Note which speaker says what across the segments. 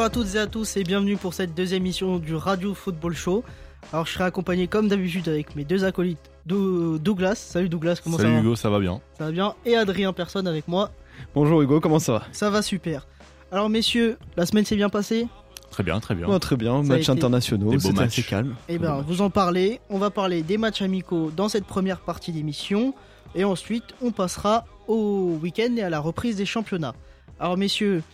Speaker 1: à toutes et à tous et bienvenue pour cette deuxième émission du Radio Football Show. Alors je serai accompagné comme d'habitude avec mes deux acolytes Dou- Douglas. Salut Douglas, comment
Speaker 2: Salut
Speaker 1: ça va
Speaker 2: Hugo, ça va bien
Speaker 1: Ça va bien Et Adrien personne avec moi.
Speaker 3: Bonjour Hugo, comment ça va
Speaker 1: Ça va super. Alors messieurs, la semaine s'est bien passée
Speaker 2: Très bien, très bien.
Speaker 3: Oh, Très bien,
Speaker 1: Ça a
Speaker 3: matchs
Speaker 1: été
Speaker 3: internationaux,
Speaker 2: des beaux
Speaker 3: c'était
Speaker 2: matchs.
Speaker 3: assez calme.
Speaker 1: Eh
Speaker 2: Très
Speaker 1: bien,
Speaker 2: dommage.
Speaker 1: vous en parlez. On va parler des matchs amicaux dans cette première partie d'émission. Et ensuite, on passera au week-end et à la reprise des championnats. Alors, messieurs,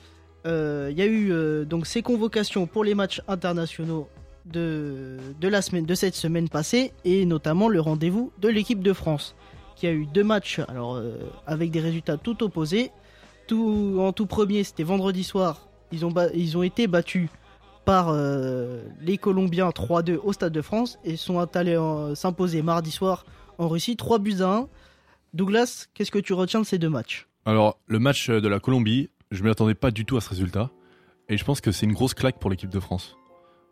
Speaker 1: euh, il y a eu euh, donc ces convocations pour les matchs internationaux de, de, la semaine, de cette semaine passée, et notamment le rendez-vous de l'équipe de France, qui a eu deux matchs alors, euh, avec des résultats tout opposés. Tout, en tout premier, c'était vendredi soir. Ils ont, ba- ils ont été battus par euh, les Colombiens 3-2 au Stade de France et sont allés en- s'imposer mardi soir en Russie 3 buts à 1. Douglas, qu'est-ce que tu retiens de ces deux matchs
Speaker 2: Alors, le match euh, de la Colombie, je ne m'attendais pas du tout à ce résultat. Et je pense que c'est une grosse claque pour l'équipe de France.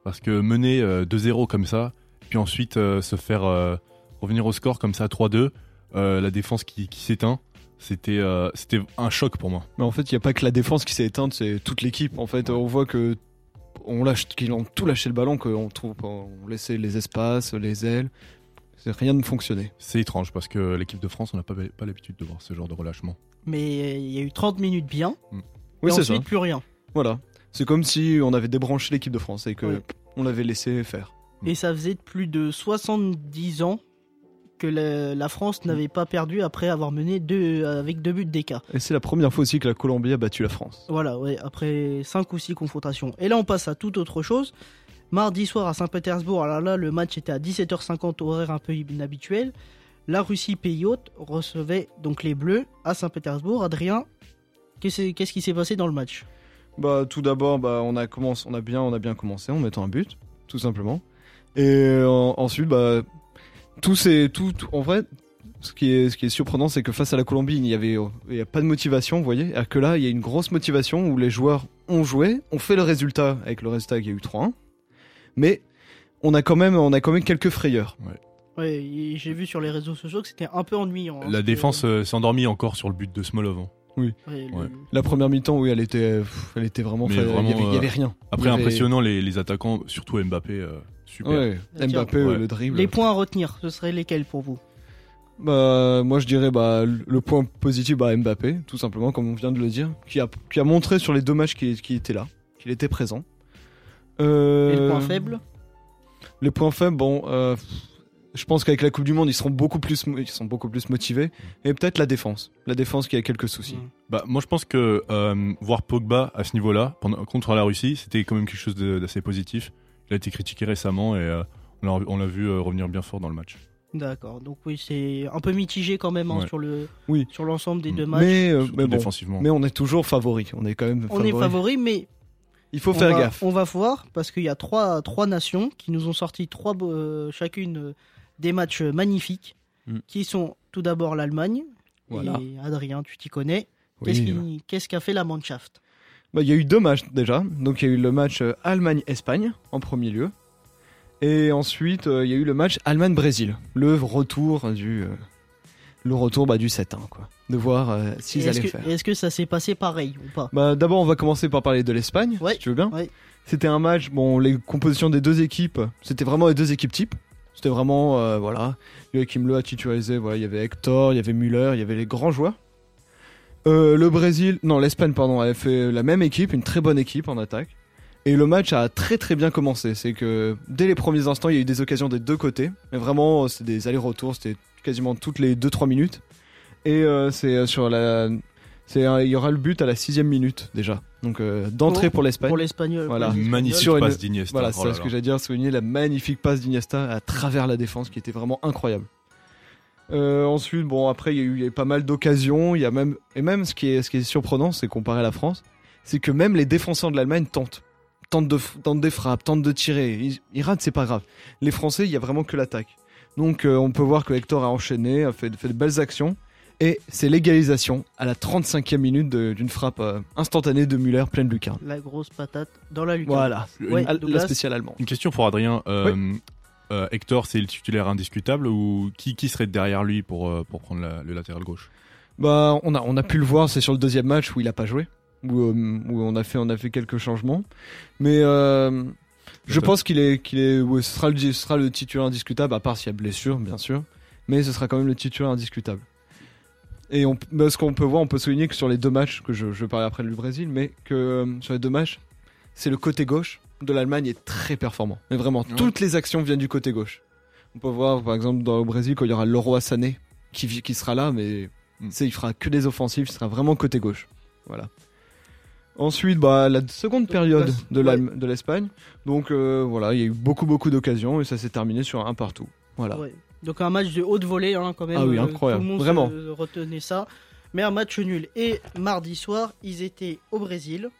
Speaker 2: Parce que mener euh, 2-0 comme ça, puis ensuite euh, se faire euh, revenir au score comme ça 3-2, euh, la défense qui, qui s'éteint, c'était euh, c'était un choc pour moi.
Speaker 3: Mais en fait, il n'y a pas que la défense qui s'est éteinte, c'est toute l'équipe. En fait, on voit que on lâche, qu'ils ont tout lâché le ballon, qu'on trouve, on laissait les espaces, les ailes. C'est- Rien ne fonctionnait.
Speaker 2: C'est étrange parce que l'équipe de France, on n'a pas, pas l'habitude de voir ce genre de relâchement.
Speaker 1: Mais euh, il y a eu 30 minutes bien,
Speaker 3: Oui,
Speaker 1: et
Speaker 3: c'est
Speaker 1: ensuite
Speaker 3: ça.
Speaker 1: plus rien.
Speaker 3: Voilà. C'est comme si on avait débranché l'équipe de France et que
Speaker 1: Oui.
Speaker 3: on l'avait laissé faire.
Speaker 1: Et ça faisait plus de 70 ans que la, la France
Speaker 3: Mm.
Speaker 1: n'avait pas perdu après avoir mené deux, avec deux buts d'écart.
Speaker 3: Et c'est la première fois aussi que la Colombie a battu la France.
Speaker 1: Voilà, ouais, après 5 ou 6 confrontations. Et là, on passe à toute autre chose. Mardi soir à Saint-Pétersbourg, alors là, le match était à 17h50, horaire un peu inhabituel. La Russie, pays hôte, recevait donc les Bleus à Saint-Pétersbourg. Adrien, qu'est-ce qu'est-ce qui s'est passé dans le match
Speaker 3: Bah, tout d'abord, bah, on a commencé, on a bien, on a bien commencé en mettant un but, tout simplement. Et euh, en- ensuite, bah, tout c'est tout, tout- en vrai. Ce qui, est, ce qui est surprenant, c'est que face à la Colombie, il n'y avait, euh, il y a pas de motivation, vous voyez. Alors que là, il y a une grosse motivation où les joueurs ont joué, ont fait le résultat avec le résultat qu'il y a eu 3-1. Mais on a quand même, on a quand même quelques frayeurs.
Speaker 1: Ouais, et J'ai vu sur les réseaux sociaux que c'était un peu ennuyant. hein,
Speaker 2: La
Speaker 1: parce que,
Speaker 2: défense euh, s'est endormie encore sur le but de Smolov. hein.
Speaker 1: ouais, le-
Speaker 2: ouais.
Speaker 3: La première mi-temps, oui, elle était, pff, elle était vraiment,
Speaker 2: Mais
Speaker 3: fa- il y
Speaker 2: vraiment,
Speaker 3: avait- il y
Speaker 2: euh,
Speaker 3: avait rien. Il
Speaker 2: Après,
Speaker 3: y avait-
Speaker 2: impressionnant les, les attaquants, surtout Mbappé, euh, super.
Speaker 3: Ouais,
Speaker 1: Tiens.
Speaker 3: Mbappé,
Speaker 2: Ouais.
Speaker 3: le dribble.
Speaker 1: Les points à retenir, ce seraient lesquels pour vous
Speaker 3: Bah, moi je dirais bah, le le point positif bah, Mbappé, tout simplement, comme on vient de le dire, qui a, qui a montré sur les deux matchs qu'il qu'il était là, qu'il était présent. Euh,
Speaker 1: Et le point faible
Speaker 3: Les points faibles, bon, euh, pff, je pense qu'avec la Coupe du Monde, ils seront beaucoup plus, mo- ils sont beaucoup plus motivés. Et peut-être la défense. La défense qui a quelques soucis.
Speaker 1: Mm.
Speaker 2: Bah, moi, je pense que euh, voir Pogba à ce niveau-là, pendant- contre la Russie, c'était quand même quelque chose de- d'assez positif. Il a été critiqué récemment et euh, on l'a- on l'a vu euh, revenir bien fort dans le match.
Speaker 1: D'accord, donc oui, c'est un peu mitigé quand même hein,
Speaker 2: Ouais.
Speaker 1: sur le
Speaker 3: Oui.
Speaker 1: sur l'ensemble des
Speaker 2: Mm.
Speaker 1: deux matchs.
Speaker 3: Mais, euh,
Speaker 2: Surtout
Speaker 3: mais bon,
Speaker 2: défensivement.
Speaker 3: mais on est toujours favori. On est quand même
Speaker 1: On est
Speaker 3: favori.
Speaker 1: favori, mais
Speaker 3: Il faut
Speaker 1: on
Speaker 3: faire
Speaker 1: va-
Speaker 3: gaffe.
Speaker 1: On va voir parce qu'il y a trois, trois nations qui nous ont sorti trois beaux- euh, chacune euh, des matchs euh, magnifiques,
Speaker 3: Mm.
Speaker 1: qui sont tout d'abord l'Allemagne.
Speaker 3: Voilà.
Speaker 1: Et Adrien, tu t'y connais.
Speaker 3: Oui.
Speaker 1: Qu'est-ce qui- qu'est-ce qu'a fait la Mannschaft
Speaker 3: Bah, Il y a eu deux matchs déjà. Donc il y a eu le match euh, Allemagne-Espagne en premier lieu. Et ensuite, euh, il y a eu le match Allemagne-Brésil. Le retour du, euh, le retour bah, du 7-1, quoi. De voir euh,
Speaker 1: Et
Speaker 3: s'ils
Speaker 1: Est-ce
Speaker 3: allaient
Speaker 1: que,
Speaker 3: faire.
Speaker 1: est-ce que ça s'est passé pareil ou pas
Speaker 3: Bah, D'abord, on va commencer par parler de l'Espagne,
Speaker 1: Ouais,
Speaker 3: si tu veux bien.
Speaker 1: ouais.
Speaker 3: C'était un match, bon, les compositions des deux équipes, c'était vraiment les deux équipes types. C'était vraiment, euh, voilà, Joachim Le a titularisé, voilà, il y avait Hector, il y avait Müller, il y avait les grands joueurs. Euh, le Brésil, non, l'Espagne, pardon, avait fait la même équipe, une très bonne équipe en attaque. Et le match a très très bien commencé. C'est que dès les premiers instants, il y a eu des occasions des deux côtés. Mais vraiment, euh, c'est des allers-retours, c'était quasiment toutes les 2-3 minutes. Et euh, c'est euh, sur la c'est un- il y aura le but à la sixième minute déjà. Donc euh, d'entrée
Speaker 1: Pour-
Speaker 3: pour l'Espagne.
Speaker 1: Pour l'Espagnol.
Speaker 3: Voilà.
Speaker 1: pour les Espagnols.
Speaker 2: Ah, Magnifique
Speaker 3: Sur une-
Speaker 2: passe d'Iniesta.
Speaker 3: Voilà,
Speaker 2: Oh
Speaker 3: c'est
Speaker 2: là
Speaker 3: ce
Speaker 2: là.
Speaker 3: que j'allais dire, souligner la magnifique passe d'Iniesta à travers la défense qui était vraiment incroyable. Euh, ensuite, bon, après, il y a eu, il y a eu pas mal d'occasions. Il y a même, et même ce qui est, ce qui est surprenant, c'est comparé à la France, c'est que même les défenseurs de l'Allemagne tentent. Tentent, de, f- tentent des frappes, tentent de tirer. Ils, ils ratent, c'est pas grave. Les Français, il y a vraiment que l'attaque. Donc, euh, on peut voir que Hector a enchaîné, a fait, fait de belles actions. Et c'est l'égalisation à la 35e minute de- d'une frappe euh, instantanée de Müller, pleine de lucarne.
Speaker 1: La grosse patate dans la lucarne.
Speaker 3: Voilà,
Speaker 1: Ouais,
Speaker 3: la
Speaker 1: Douglas.
Speaker 3: spéciale allemande.
Speaker 2: Une question pour Adrien. Euh, euh, Hector, c'est le titulaire indiscutable ou qui, qui serait derrière lui pour, euh, pour prendre la- le latéral gauche
Speaker 3: Bah, on a, on a pu le voir, c'est sur le deuxième match où il a pas joué. où, euh, où on, a fait, on a fait quelques changements. Mais euh, je pense qu'il est, qu'il est, ouais, ce, sera le, ce sera le titulaire indiscutable, à part s'il y a blessure, bien sûr. Mais ce sera quand même le titulaire indiscutable. Et on, bah, ce qu'on peut voir, on peut souligner que sur les deux matchs, que je, je vais parler après du Brésil, mais que euh, sur les deux matchs, c'est le côté gauche de l'Allemagne est très performant. Mais vraiment,
Speaker 2: Ouais.
Speaker 3: toutes les actions viennent du côté gauche. On peut voir, par exemple, dans, au Brésil, quand il y aura Leroy Sané qui, vi- qui sera là, mais
Speaker 2: Mm.
Speaker 3: tu sais, il fera que des offensives, il sera vraiment côté gauche. Voilà. Ensuite, bah, la seconde période
Speaker 1: la-
Speaker 3: de l'Allem- de l'Espagne. Donc euh, voilà, il y a eu beaucoup, beaucoup d'occasions et ça s'est terminé sur un partout. Voilà.
Speaker 1: Ouais. Donc un match de haute volée, hein, quand même.
Speaker 3: Ah oui,
Speaker 1: euh,
Speaker 3: incroyable.
Speaker 1: Tout le monde
Speaker 3: Vraiment.
Speaker 1: se- retenait ça. Mais un match nul. Et mardi soir, ils étaient au Brésil.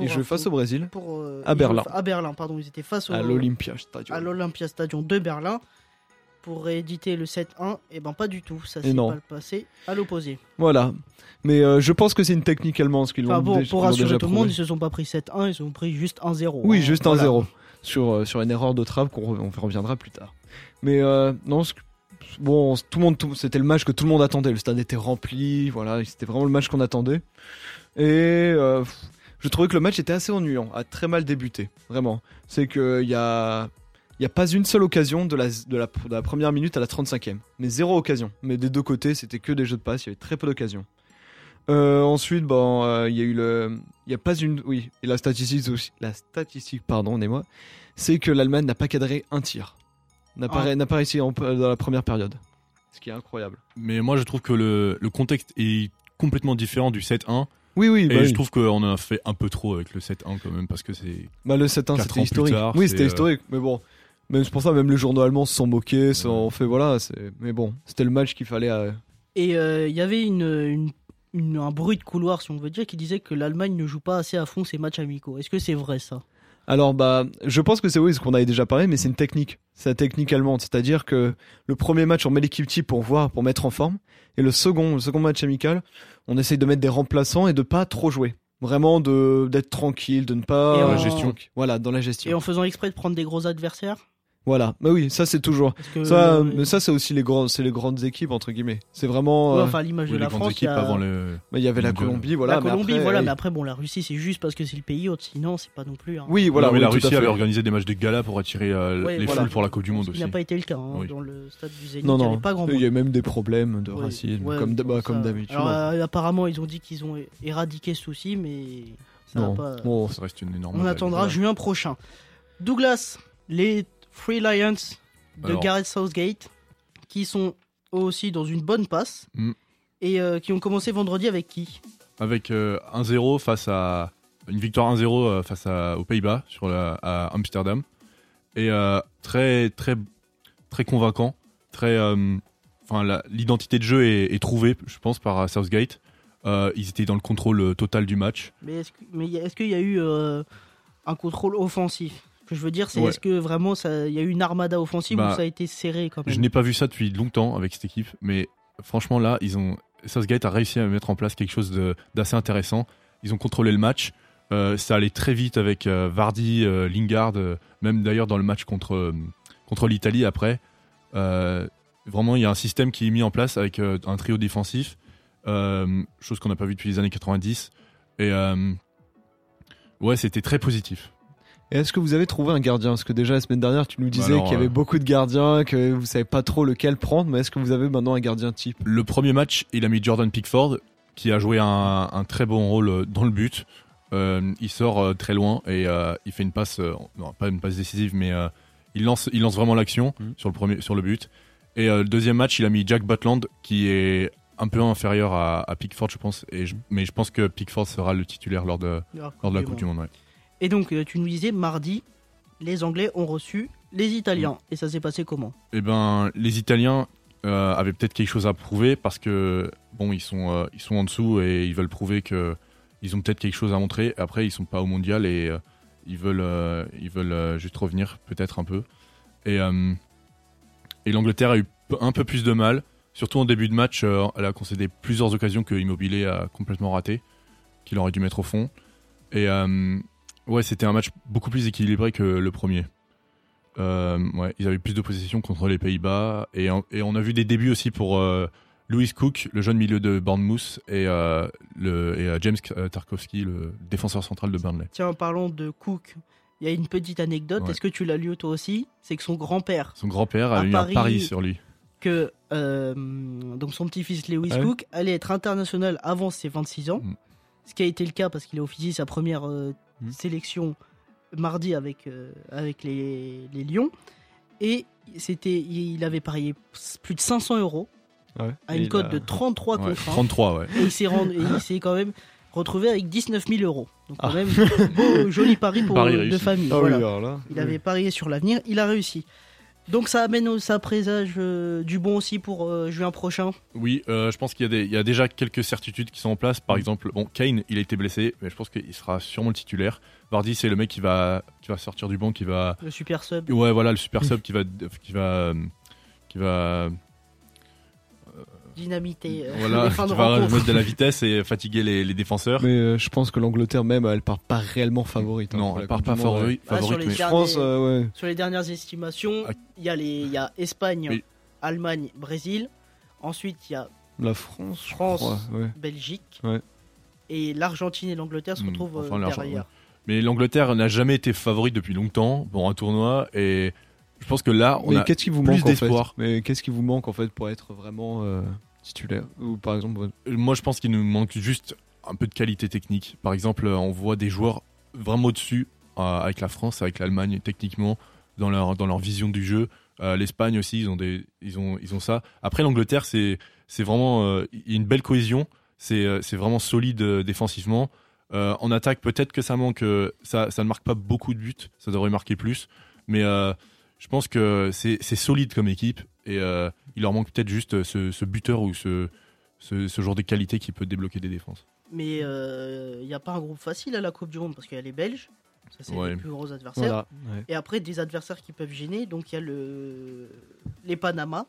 Speaker 3: et je
Speaker 1: info-
Speaker 3: face au Brésil,
Speaker 1: pour, euh,
Speaker 3: à
Speaker 1: ils-
Speaker 3: Berlin.
Speaker 1: À Berlin, pardon. Ils étaient face au,
Speaker 3: à l'Olympia
Speaker 1: à
Speaker 3: Stadium.
Speaker 1: l'Olympia Stadion de Berlin pour rééditer le 7-1. Et ben pas du tout. Ça s'est
Speaker 3: non.
Speaker 1: pas passé à l'opposé.
Speaker 3: Voilà. Mais euh, je pense que c'est une technique allemande, ce qu'ils
Speaker 1: Enfin
Speaker 3: l'ont
Speaker 1: bon,
Speaker 3: dé-
Speaker 1: pour
Speaker 3: l'ont
Speaker 1: rassurer
Speaker 3: déjà
Speaker 1: tout le monde,
Speaker 3: prouvé.
Speaker 1: ils se sont pas pris 7-1, ils ont pris juste 1-0.
Speaker 3: Oui,
Speaker 1: hein.
Speaker 3: juste
Speaker 1: Voilà.
Speaker 3: 1-0 sur, euh, sur une erreur de trave qu'on re- on reviendra plus tard. Mais euh, non, ce que- bon, tout le monde, tout- c'était le match que tout le monde attendait. Le stade était rempli, voilà, c'était vraiment le match qu'on attendait. Et euh, pff, je trouvais que le match était assez ennuyant, a très mal débuté, vraiment. C'est que il y a il n'y a pas une seule occasion de la, de, la, de la première minute à la 35e. Mais zéro occasion. Mais des deux côtés, c'était que des jeux de passe. Il y avait très peu d'occasions. Euh, ensuite, bon, euh, il y a eu le. Il n'y a pas une. Oui, et la statistique aussi. La statistique, pardon, et moi. C'est que l'Allemagne n'a pas cadré un tir. N'a pas,
Speaker 1: Ah.
Speaker 3: ré- n'a pas réussi en- dans la première période. Ce qui est incroyable.
Speaker 2: Mais moi, je trouve que le, le contexte est complètement différent du 7-1.
Speaker 3: Oui, oui,
Speaker 2: Et
Speaker 3: bah, oui.
Speaker 2: je trouve qu'on en a fait un peu trop avec le 7-1 quand même, parce que c'est.
Speaker 3: Bah, le 7-1,
Speaker 2: Quatre ans
Speaker 3: c'était
Speaker 2: plus
Speaker 3: historique.
Speaker 2: tard,
Speaker 3: oui,
Speaker 2: c'est,
Speaker 3: c'était
Speaker 2: euh,
Speaker 3: historique, mais bon. Même c'est pour ça, même les journaux allemands se sont moqués, se sont fait voilà. c'est- Mais bon, c'était le match qu'il fallait. euh,
Speaker 1: Et euh, il y avait une, une- une- un bruit de couloir, si on veut dire, qui disait que l'Allemagne ne joue pas assez à fond ses matchs amicaux. Est-ce que c'est vrai ça
Speaker 3: Alors bah, je pense que c'est oui, ce qu'on avait déjà parlé, mais c'est une technique, c'est la technique allemande, c'est-à-dire que le premier match on met l'équipe type pour voir, pour mettre en forme, et le second, le second match amical, on essaye de mettre des remplaçants et de pas trop jouer, vraiment de d'être tranquille, de ne pas
Speaker 1: Et Dans la
Speaker 2: gestion.
Speaker 3: voilà, dans la
Speaker 1: Et
Speaker 3: gestion,
Speaker 1: en faisant exprès de prendre des gros adversaires
Speaker 3: voilà, bah oui, ça c'est toujours,
Speaker 1: Parce que,
Speaker 3: ça,
Speaker 1: euh,
Speaker 3: mais ça c'est aussi les grandes, c'est les grandes équipes entre guillemets, c'est vraiment,
Speaker 1: ouais,
Speaker 3: euh,
Speaker 1: enfin, à l'image de
Speaker 2: Oui, les
Speaker 1: la
Speaker 2: grandes
Speaker 1: France, il y
Speaker 2: équipes
Speaker 1: a
Speaker 2: avant le.
Speaker 3: bah, il y avait la
Speaker 2: Donc, euh,
Speaker 3: Colombie, voilà,
Speaker 1: la
Speaker 3: mais
Speaker 1: Colombie,
Speaker 3: après,
Speaker 1: voilà,
Speaker 3: oui.
Speaker 1: mais après, bon, la Russie, c'est juste parce que c'est le pays hôte, sinon, c'est pas non plus. hein.
Speaker 3: oui, voilà,
Speaker 2: Non, mais
Speaker 3: oui,
Speaker 2: la
Speaker 3: tout à
Speaker 2: Russie
Speaker 3: fait.
Speaker 2: avait organisé des matchs de gala pour attirer euh,
Speaker 1: Ouais,
Speaker 2: les
Speaker 1: voilà.
Speaker 2: foules pour la Coupe du Monde
Speaker 1: Ce qui
Speaker 2: aussi.
Speaker 1: n'a pas été le cas hein,
Speaker 2: Oui.
Speaker 1: dans le stade du Zénith.
Speaker 3: Non,
Speaker 1: il n'y
Speaker 3: non.
Speaker 1: avait pas grand
Speaker 3: Il
Speaker 1: monde.
Speaker 3: y a même des problèmes de
Speaker 1: Ouais,
Speaker 3: racisme,
Speaker 1: ouais,
Speaker 3: comme d- bah,
Speaker 1: ça.
Speaker 3: comme d'habitude.
Speaker 1: Alors, euh, apparemment, ils ont dit qu'ils ont é- éradiqué ce souci, mais ça n'a
Speaker 3: Non,
Speaker 1: pas.
Speaker 3: bon,
Speaker 2: Ça reste une énorme.
Speaker 1: On
Speaker 2: vague.
Speaker 1: attendra juin prochain. Douglas, les Free Lions de
Speaker 2: Alors.
Speaker 1: Gareth Southgate, qui sont eux aussi dans une bonne passe
Speaker 2: Mm.
Speaker 1: et euh, qui ont commencé vendredi avec qui
Speaker 2: Avec euh, 1-0 face à. Une victoire 1-0 euh, face à- aux Pays-Bas, sur la- à Amsterdam. Et euh, très, très, très convaincant. Très. euh, Enfin, la- l'identité de jeu est, est trouvée, je pense, par euh, Southgate. Euh, ils étaient dans le contrôle euh, total du match.
Speaker 1: Mais est-ce que- mais y a- est-ce qu'il y a eu euh, un contrôle offensif Ce que je veux dire, c'est
Speaker 2: Ouais.
Speaker 1: est-ce que vraiment ça- il y a eu une armada offensive
Speaker 2: Bah,
Speaker 1: ou ça a été serré quand
Speaker 2: Je
Speaker 1: même
Speaker 2: n'ai pas vu ça depuis longtemps avec cette équipe, mais franchement là, ils ont Southgate a réussi à mettre en place quelque chose de- d'assez intéressant. Ils ont contrôlé le match. Euh, ça allait très vite avec euh, Vardy, euh, Lingard, euh, même d'ailleurs dans le match contre, euh, contre l'Italie après. Euh, vraiment, il y a un système qui est mis en place avec euh, un trio défensif, euh, chose qu'on n'a pas vu depuis les années 90. Et euh, ouais, c'était très positif.
Speaker 3: Et est-ce que vous avez trouvé un gardien Parce que déjà la semaine dernière, tu nous disais
Speaker 2: alors,
Speaker 3: qu'il y avait
Speaker 2: euh,
Speaker 3: beaucoup de gardiens, que vous savez pas trop lequel prendre, mais est-ce que vous avez maintenant un gardien type
Speaker 2: Le premier match, il a mis Jordan Pickford, qui a joué un, un très bon rôle euh, dans le but. Euh, il sort euh, très loin et euh, il fait une passe, euh, non pas une passe décisive, mais euh, il, lance, il lance vraiment l'action
Speaker 3: Mhm.
Speaker 2: sur, le premier- sur le but. Et euh, le deuxième match, il a mis Jack Butland, qui est un peu inférieur à, à Pickford, je pense. Et je- mais je pense que Pickford sera le titulaire lors de,
Speaker 1: lors
Speaker 2: lors de la Coupe du Monde. ouais.
Speaker 1: Et donc, euh, tu nous disais mardi, les Anglais ont reçu les Italiens.
Speaker 2: Mm.
Speaker 1: Et ça s'est passé comment
Speaker 2: Eh ben, les Italiens euh, avaient peut-être quelque chose à prouver parce que bon, ils sont euh, ils sont en dessous et ils veulent prouver que ils ont peut-être quelque chose à montrer. Après, ils sont pas au mondial et euh, ils veulent euh, ils veulent euh, juste revenir peut-être un peu. Et euh, et l'Angleterre a eu p- un peu plus de mal, surtout en début de match. euh, elle a concédé plusieurs occasions que Immobilier a complètement raté, qu'il aurait dû mettre au fond. Et euh, ouais, c'était un match beaucoup plus équilibré que le premier. Euh, ouais, ils avaient plus de possession contre les Pays-Bas et, en- et on a vu des débuts aussi pour euh, Louis Cook, le jeune milieu de Bournemouth, et, euh, le, et, euh, James euh, Tarkowski, le défenseur central de Burnley.
Speaker 1: Tiens, en parlant de Cook, il y a une petite anecdote.
Speaker 2: Ouais.
Speaker 1: Est-ce que tu l'as lu toi aussi C'est que son grand-père,
Speaker 2: Son grand-père
Speaker 1: À
Speaker 2: a eu
Speaker 1: Paris.
Speaker 2: un pari sur lui.
Speaker 1: que euh, donc son petit-fils Lewis
Speaker 3: Ah oui.
Speaker 1: Cook allait être international avant ses 26 ans,
Speaker 2: Mm.
Speaker 1: ce qui a été le cas parce qu'il a officié sa première euh,
Speaker 2: Mm.
Speaker 1: sélection mardi avec, euh, avec les, les Lions. Et c'était, il avait parié plus de 500 euros à Ah, une cote de
Speaker 3: Ah
Speaker 1: 33
Speaker 2: Ouais,
Speaker 1: contre 1.
Speaker 2: 33, ouais.
Speaker 1: Et il s'est rendu- et il s'est quand même retrouvé avec 19 000 euros. Donc quand
Speaker 3: Ah.
Speaker 1: même, beau, joli pari pour euh,
Speaker 2: Pari
Speaker 1: de
Speaker 2: réussi.
Speaker 1: famille.
Speaker 3: Ah oui,
Speaker 1: voilà.
Speaker 3: alors là.
Speaker 1: Il avait parié sur l'avenir, il a réussi. Donc ça amène au- ça présage euh, du bon aussi pour euh, juin prochain.
Speaker 2: Oui, euh, je pense qu'il y, a des- il y a déjà quelques certitudes qui sont en place. Par exemple, bon, Kane, il a été blessé, mais je pense qu'il sera sûrement le titulaire. Vardy, c'est le mec qui va, qui va sortir du banc, qui va.
Speaker 1: Le super sub.
Speaker 2: Ouais, voilà, le super
Speaker 3: Mm.
Speaker 2: sub qui va. Qui va qui va,
Speaker 1: dynamité. euh,
Speaker 2: voilà,
Speaker 1: les fins de
Speaker 2: qui va
Speaker 1: rencontre.
Speaker 2: mettre de la vitesse et fatiguer les, les défenseurs.
Speaker 3: Mais euh, je pense que l'angleterre même, elle part pas réellement favorite. hein,
Speaker 2: non,
Speaker 3: pour la
Speaker 2: elle part
Speaker 3: Coupe
Speaker 2: pas
Speaker 3: du Monde,
Speaker 2: favori,
Speaker 3: ouais.
Speaker 1: Bah, sur
Speaker 2: favorite,
Speaker 1: les
Speaker 2: mais-
Speaker 3: Je pense,
Speaker 1: Dernier-
Speaker 3: euh, ouais.
Speaker 1: Sur les dernières estimations,
Speaker 2: Ah.
Speaker 1: il y a les, il y a Espagne,
Speaker 2: Oui.
Speaker 1: Allemagne, Brésil. Ensuite, il y a
Speaker 3: La France. je
Speaker 1: France.
Speaker 3: crois, ouais.
Speaker 1: Belgique.
Speaker 3: Ouais.
Speaker 1: Et l'Argentine et l'Angleterre se
Speaker 2: Hmm,
Speaker 1: retrouvent euh,
Speaker 2: enfin, l'Argent-
Speaker 1: derrière.
Speaker 2: Mais l'Angleterre n'a jamais été favori depuis longtemps pour un tournoi et je pense que là, on
Speaker 3: Mais
Speaker 2: a...
Speaker 3: qu'est-ce qui vous
Speaker 2: plus
Speaker 3: manque en fait
Speaker 2: d'espoir.
Speaker 3: Mais qu'est-ce qui vous manque en fait pour être vraiment euh, titulaire Ou par exemple, votre-
Speaker 2: moi je pense qu'il nous manque juste un peu de qualité technique. Par exemple, euh, on voit des joueurs vraiment au-dessus euh, avec la France, avec l'Allemagne techniquement, dans leur, dans leur vision du jeu. Euh, L'Espagne aussi, ils ont, des, ils, ont, ils ont ça. Après, l'Angleterre, c'est c'est vraiment euh, il y a une belle cohésion. C'est euh, c'est vraiment solide euh, défensivement. Euh, en attaque, peut-être que ça manque. euh, ça, ça ne marque pas beaucoup de buts. Ça devrait marquer plus. Mais euh, je pense que c'est c'est solide comme équipe. Et euh, il leur manque peut-être juste euh, ce, ce buteur ou ce, ce, ce genre de qualité qui peut débloquer des défenses.
Speaker 1: Mais euh, il n'y a pas un groupe facile à la Coupe du Monde parce qu'il y a les Belges. Ça, c'est
Speaker 2: Ouais.
Speaker 1: les plus gros adversaires.
Speaker 3: voilà.
Speaker 1: Et après, des adversaires qui peuvent gêner. Donc, il y a le... les Panama.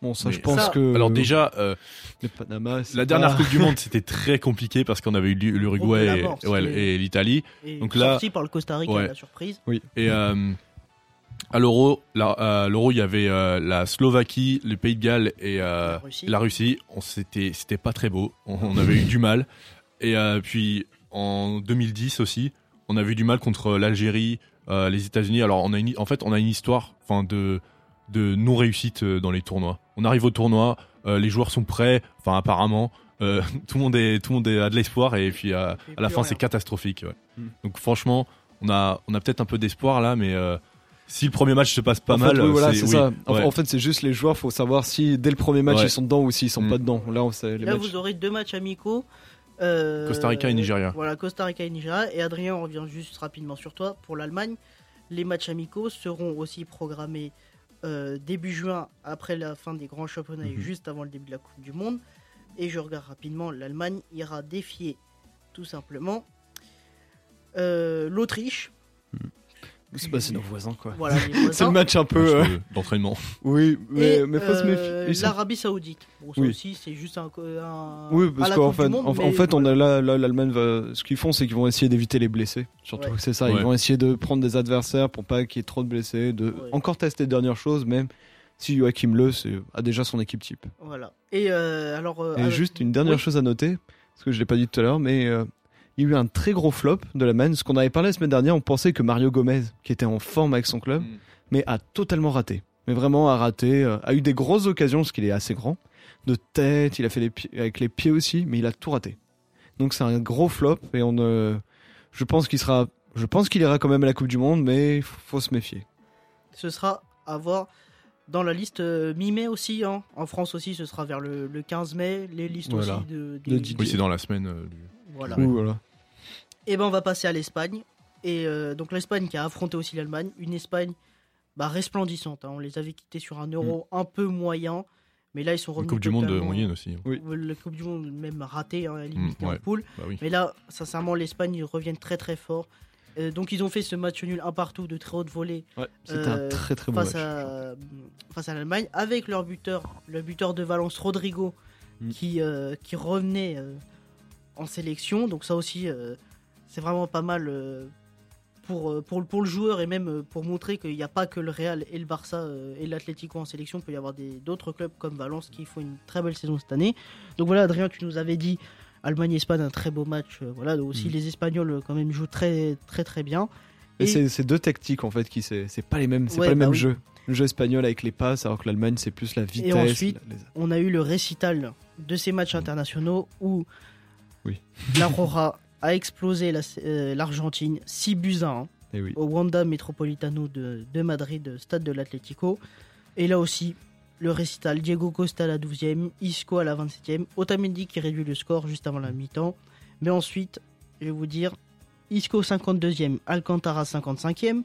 Speaker 3: Bon, ça,
Speaker 2: Mais
Speaker 3: je pense
Speaker 1: ça-
Speaker 3: que.
Speaker 2: Alors déjà, euh,
Speaker 3: le Panama, c'est
Speaker 2: la dernière
Speaker 3: pas-
Speaker 2: Coupe du Monde, c'était très compliqué parce qu'on avait eu l'U-
Speaker 1: de la
Speaker 2: l'Uruguay
Speaker 1: mort,
Speaker 2: et, ouais,
Speaker 1: c'était-
Speaker 2: et l'Italie.
Speaker 1: Et
Speaker 2: Donc là-
Speaker 1: sorti par le Costa Rica,
Speaker 2: Ouais.
Speaker 1: la surprise.
Speaker 2: Et euh, à l'Euro, la- à l'Euro, il y avait euh, la Slovaquie, le Pays de Galles et euh,
Speaker 1: La Russie.
Speaker 2: la Russie. On s'était, c'était pas très beau. On, on avait eu du mal. Et euh, puis en 2010 aussi, on avait eu du mal contre l'Algérie, euh, les États-Unis. Alors on a une, en fait, on a une histoire, enfin de de non réussite euh, dans les tournois. On arrive au tournoi, euh, les joueurs sont prêts, enfin apparemment, euh, tout le monde est, tout le monde est- a de l'espoir et puis euh,
Speaker 1: fait
Speaker 2: à la
Speaker 1: plus rien.
Speaker 2: fin
Speaker 1: Hmm.
Speaker 2: c'est catastrophique. ouais.
Speaker 3: Mm.
Speaker 2: Donc franchement, on a, on a peut-être un peu d'espoir là, mais euh, si le premier match se passe pas
Speaker 3: En fait,
Speaker 2: mal,
Speaker 3: oui,
Speaker 2: euh,
Speaker 3: voilà,
Speaker 2: c'est
Speaker 3: c'est
Speaker 2: oui,
Speaker 3: ça. En,
Speaker 2: ouais.
Speaker 3: en fait, c'est juste les joueurs, faut savoir si dès le premier match
Speaker 2: Ouais.
Speaker 3: ils sont dedans ou s'ils sont
Speaker 2: Mm.
Speaker 3: pas dedans. Là, on sait les
Speaker 1: Là,
Speaker 3: matchs.
Speaker 1: vous aurez deux matchs amicaux. euh,
Speaker 2: Costa Rica et
Speaker 3: Ah.
Speaker 2: Nigeria.
Speaker 1: Voilà, Costa Rica et Nigeria. Et Adrien, on revient juste rapidement sur toi. Pour l'Allemagne, les matchs amicaux seront aussi programmés euh, début juin, après la fin des grands championnats et
Speaker 2: Mhm.
Speaker 1: juste avant le début de la Coupe du Monde. Et je regarde rapidement, l'Allemagne ira défier tout simplement euh, l'Autriche.
Speaker 3: C'est bah, c'est nos voisins quoi.
Speaker 1: Voilà, les
Speaker 3: C'est le
Speaker 1: voisins.
Speaker 3: match un peu. euh,
Speaker 2: Match de- d'entraînement.
Speaker 3: Oui, mais,
Speaker 1: Et,
Speaker 3: mais faut se
Speaker 1: euh,
Speaker 3: méfier. Ils sont-
Speaker 1: L'Arabie Saoudite. Bon, ça
Speaker 3: Oui.
Speaker 1: aussi, c'est juste un. co- un-
Speaker 3: Oui,
Speaker 1: à
Speaker 3: parce
Speaker 1: la
Speaker 3: qu'en
Speaker 1: Coupe du
Speaker 3: fait,
Speaker 1: Monde,
Speaker 3: en, en
Speaker 1: mais
Speaker 3: fait, on a là, là, l'Allemagne va. Ce qu'ils font, c'est qu'ils vont essayer d'éviter les blessés. Surtout,
Speaker 1: Ouais.
Speaker 3: c'est ça.
Speaker 2: Ouais.
Speaker 3: Ils vont essayer de prendre des adversaires pour pas qu'il y ait trop de blessés. De
Speaker 1: Ouais.
Speaker 3: encore tester de dernières choses, même si Joachim Le c'est- a déjà son équipe type.
Speaker 1: Voilà. Et euh, alors. euh,
Speaker 3: Et
Speaker 1: avec-
Speaker 3: juste une dernière
Speaker 1: oui.
Speaker 3: chose à noter, parce que je l'ai pas dit tout à l'heure, mais euh, il y a eu un très gros flop de la Man. Ce qu'on avait parlé la semaine dernière, on pensait que Mario Gomez, qui était en forme avec son club,
Speaker 2: Mm.
Speaker 3: mais a totalement raté. Mais vraiment a raté, euh, a eu des grosses occasions parce qu'il est assez grand, de tête, il a fait les pieds, avec les pieds aussi, mais il a tout raté. Donc c'est un gros flop et on, euh, je pense qu'il sera, je pense qu'il ira quand même à la Coupe du Monde, mais il faut se méfier.
Speaker 1: ce sera à voir dans la liste euh, mi-mai aussi. hein. En France aussi, ce sera vers le, le 15 mai. Les listes
Speaker 3: Voilà.
Speaker 1: aussi de.
Speaker 3: Le dix-
Speaker 2: Oui, c'est dans la semaine. euh, du-
Speaker 1: Voilà.
Speaker 2: Ouais.
Speaker 3: Ouh, voilà.
Speaker 1: Et ben, on va passer à l'Espagne. Et euh, donc l'Espagne qui a affronté aussi l'Allemagne, une Espagne bah, resplendissante. hein. On les avait quittés sur un euro un peu moyen, mais là ils sont
Speaker 2: Une
Speaker 1: revenus.
Speaker 2: Mm. Coupe du Monde euh,
Speaker 1: totalement-
Speaker 2: moyenne aussi.
Speaker 1: La Coupe du Monde même ratée, hein, limite
Speaker 2: Mm,
Speaker 1: en
Speaker 2: ouais.
Speaker 1: poule.
Speaker 2: Bah oui.
Speaker 1: Mais là, sincèrement, l'Espagne, ils reviennent très très fort. Euh, donc ils ont fait ce match nul un partout de très haute volée
Speaker 3: C'était
Speaker 1: Euh,
Speaker 3: un très très bon
Speaker 1: face
Speaker 3: match.
Speaker 1: à, euh, face à l'Allemagne avec leur buteur, le buteur de Valence Rodrigo
Speaker 3: Mm.
Speaker 1: qui, euh, qui revenait euh, en sélection. Donc ça aussi, euh, c'est vraiment pas mal euh, pour, euh, pour, pour le joueur et même euh, pour montrer qu'il n'y a pas que le Real et le Barça euh, et l'Atlético en sélection, il peut y avoir des- d'autres clubs comme Valence qui font une très belle saison cette année. Donc voilà, Adrien, tu nous avais dit Allemagne-Espagne, un très beau match. euh, voilà, donc aussi
Speaker 2: Mhm.
Speaker 1: les Espagnols euh, quand même jouent très très très bien.
Speaker 3: Mm. Et,
Speaker 1: Et-
Speaker 3: c'est c'est deux tactiques en fait qui c'est c'est pas les mêmes, c'est
Speaker 1: Ouais,
Speaker 3: pas le
Speaker 1: bah
Speaker 3: même
Speaker 1: oui.
Speaker 3: jeu. Le jeu espagnol avec les passes, alors que l'Allemagne c'est plus la vitesse.
Speaker 1: ensuite,
Speaker 3: la- les-
Speaker 1: On a eu le récital de ces matchs internationaux où
Speaker 3: Oui.
Speaker 1: la Roja a explosé la- euh, l'Argentine 6 buts à 1.
Speaker 3: eh oui.
Speaker 1: au Wanda Metropolitano de, de Madrid, stade de l'Atlético. Et là aussi, le récital Diego Costa à la 12e, Isco à la 27e, Otamendi qui réduit le score juste avant la mi-temps. Mais ensuite, je vais vous dire, Isco 52e, Alcantara 55e.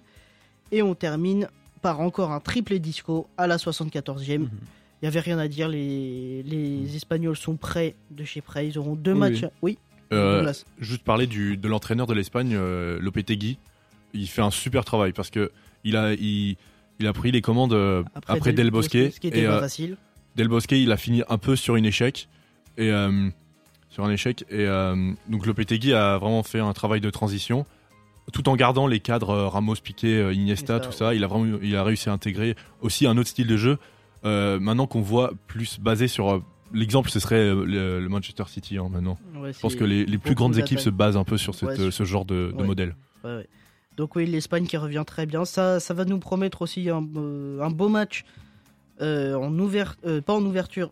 Speaker 1: Et on termine par encore un triplé d'Isco à la 74e.
Speaker 3: Mhm.
Speaker 1: Il n'y avait rien à dire, les,
Speaker 2: Mhm.
Speaker 1: les Espagnols sont prêts de chez prêts. Ils auront deux
Speaker 3: Oui,
Speaker 1: matchs. Oui,
Speaker 2: Euh,
Speaker 1: Douglas.
Speaker 2: juste parler du, de l'entraîneur de l'Espagne, euh, Lopetegui. Il fait un super travail parce que il a, il, il a pris les commandes euh, après, Del Bosque.
Speaker 1: Ce qui était
Speaker 2: et,
Speaker 1: pas
Speaker 2: euh,
Speaker 1: facile.
Speaker 2: Del Bosque, il a fini un peu sur une échec. Et, euh, sur un échec. Et euh, donc Lopetegui a vraiment fait un travail de transition. Tout en gardant les cadres euh, Ramos, Piqué, euh, Iniesta,
Speaker 1: Iniesta,
Speaker 2: tout ça, il a vraiment il a réussi à intégrer aussi un autre style de jeu. Euh, maintenant qu'on voit plus basé sur. euh, L'exemple, ce serait euh, le, le Manchester City hein, maintenant.
Speaker 1: Ouais,
Speaker 2: Je pense
Speaker 1: c'est-
Speaker 2: que les, les
Speaker 1: beaucoup
Speaker 2: plus grandes équipes
Speaker 1: d'attaques.
Speaker 2: se basent un peu sur cette,
Speaker 1: Ouais,
Speaker 2: euh,
Speaker 1: sur-
Speaker 2: ce genre de, de
Speaker 1: ouais.
Speaker 2: modèle.
Speaker 1: Ouais, ouais. Donc oui, l'Espagne qui revient très bien. Ça, ça va nous promettre aussi un, euh, un beau match euh, en ouvert, euh, pas en ouverture,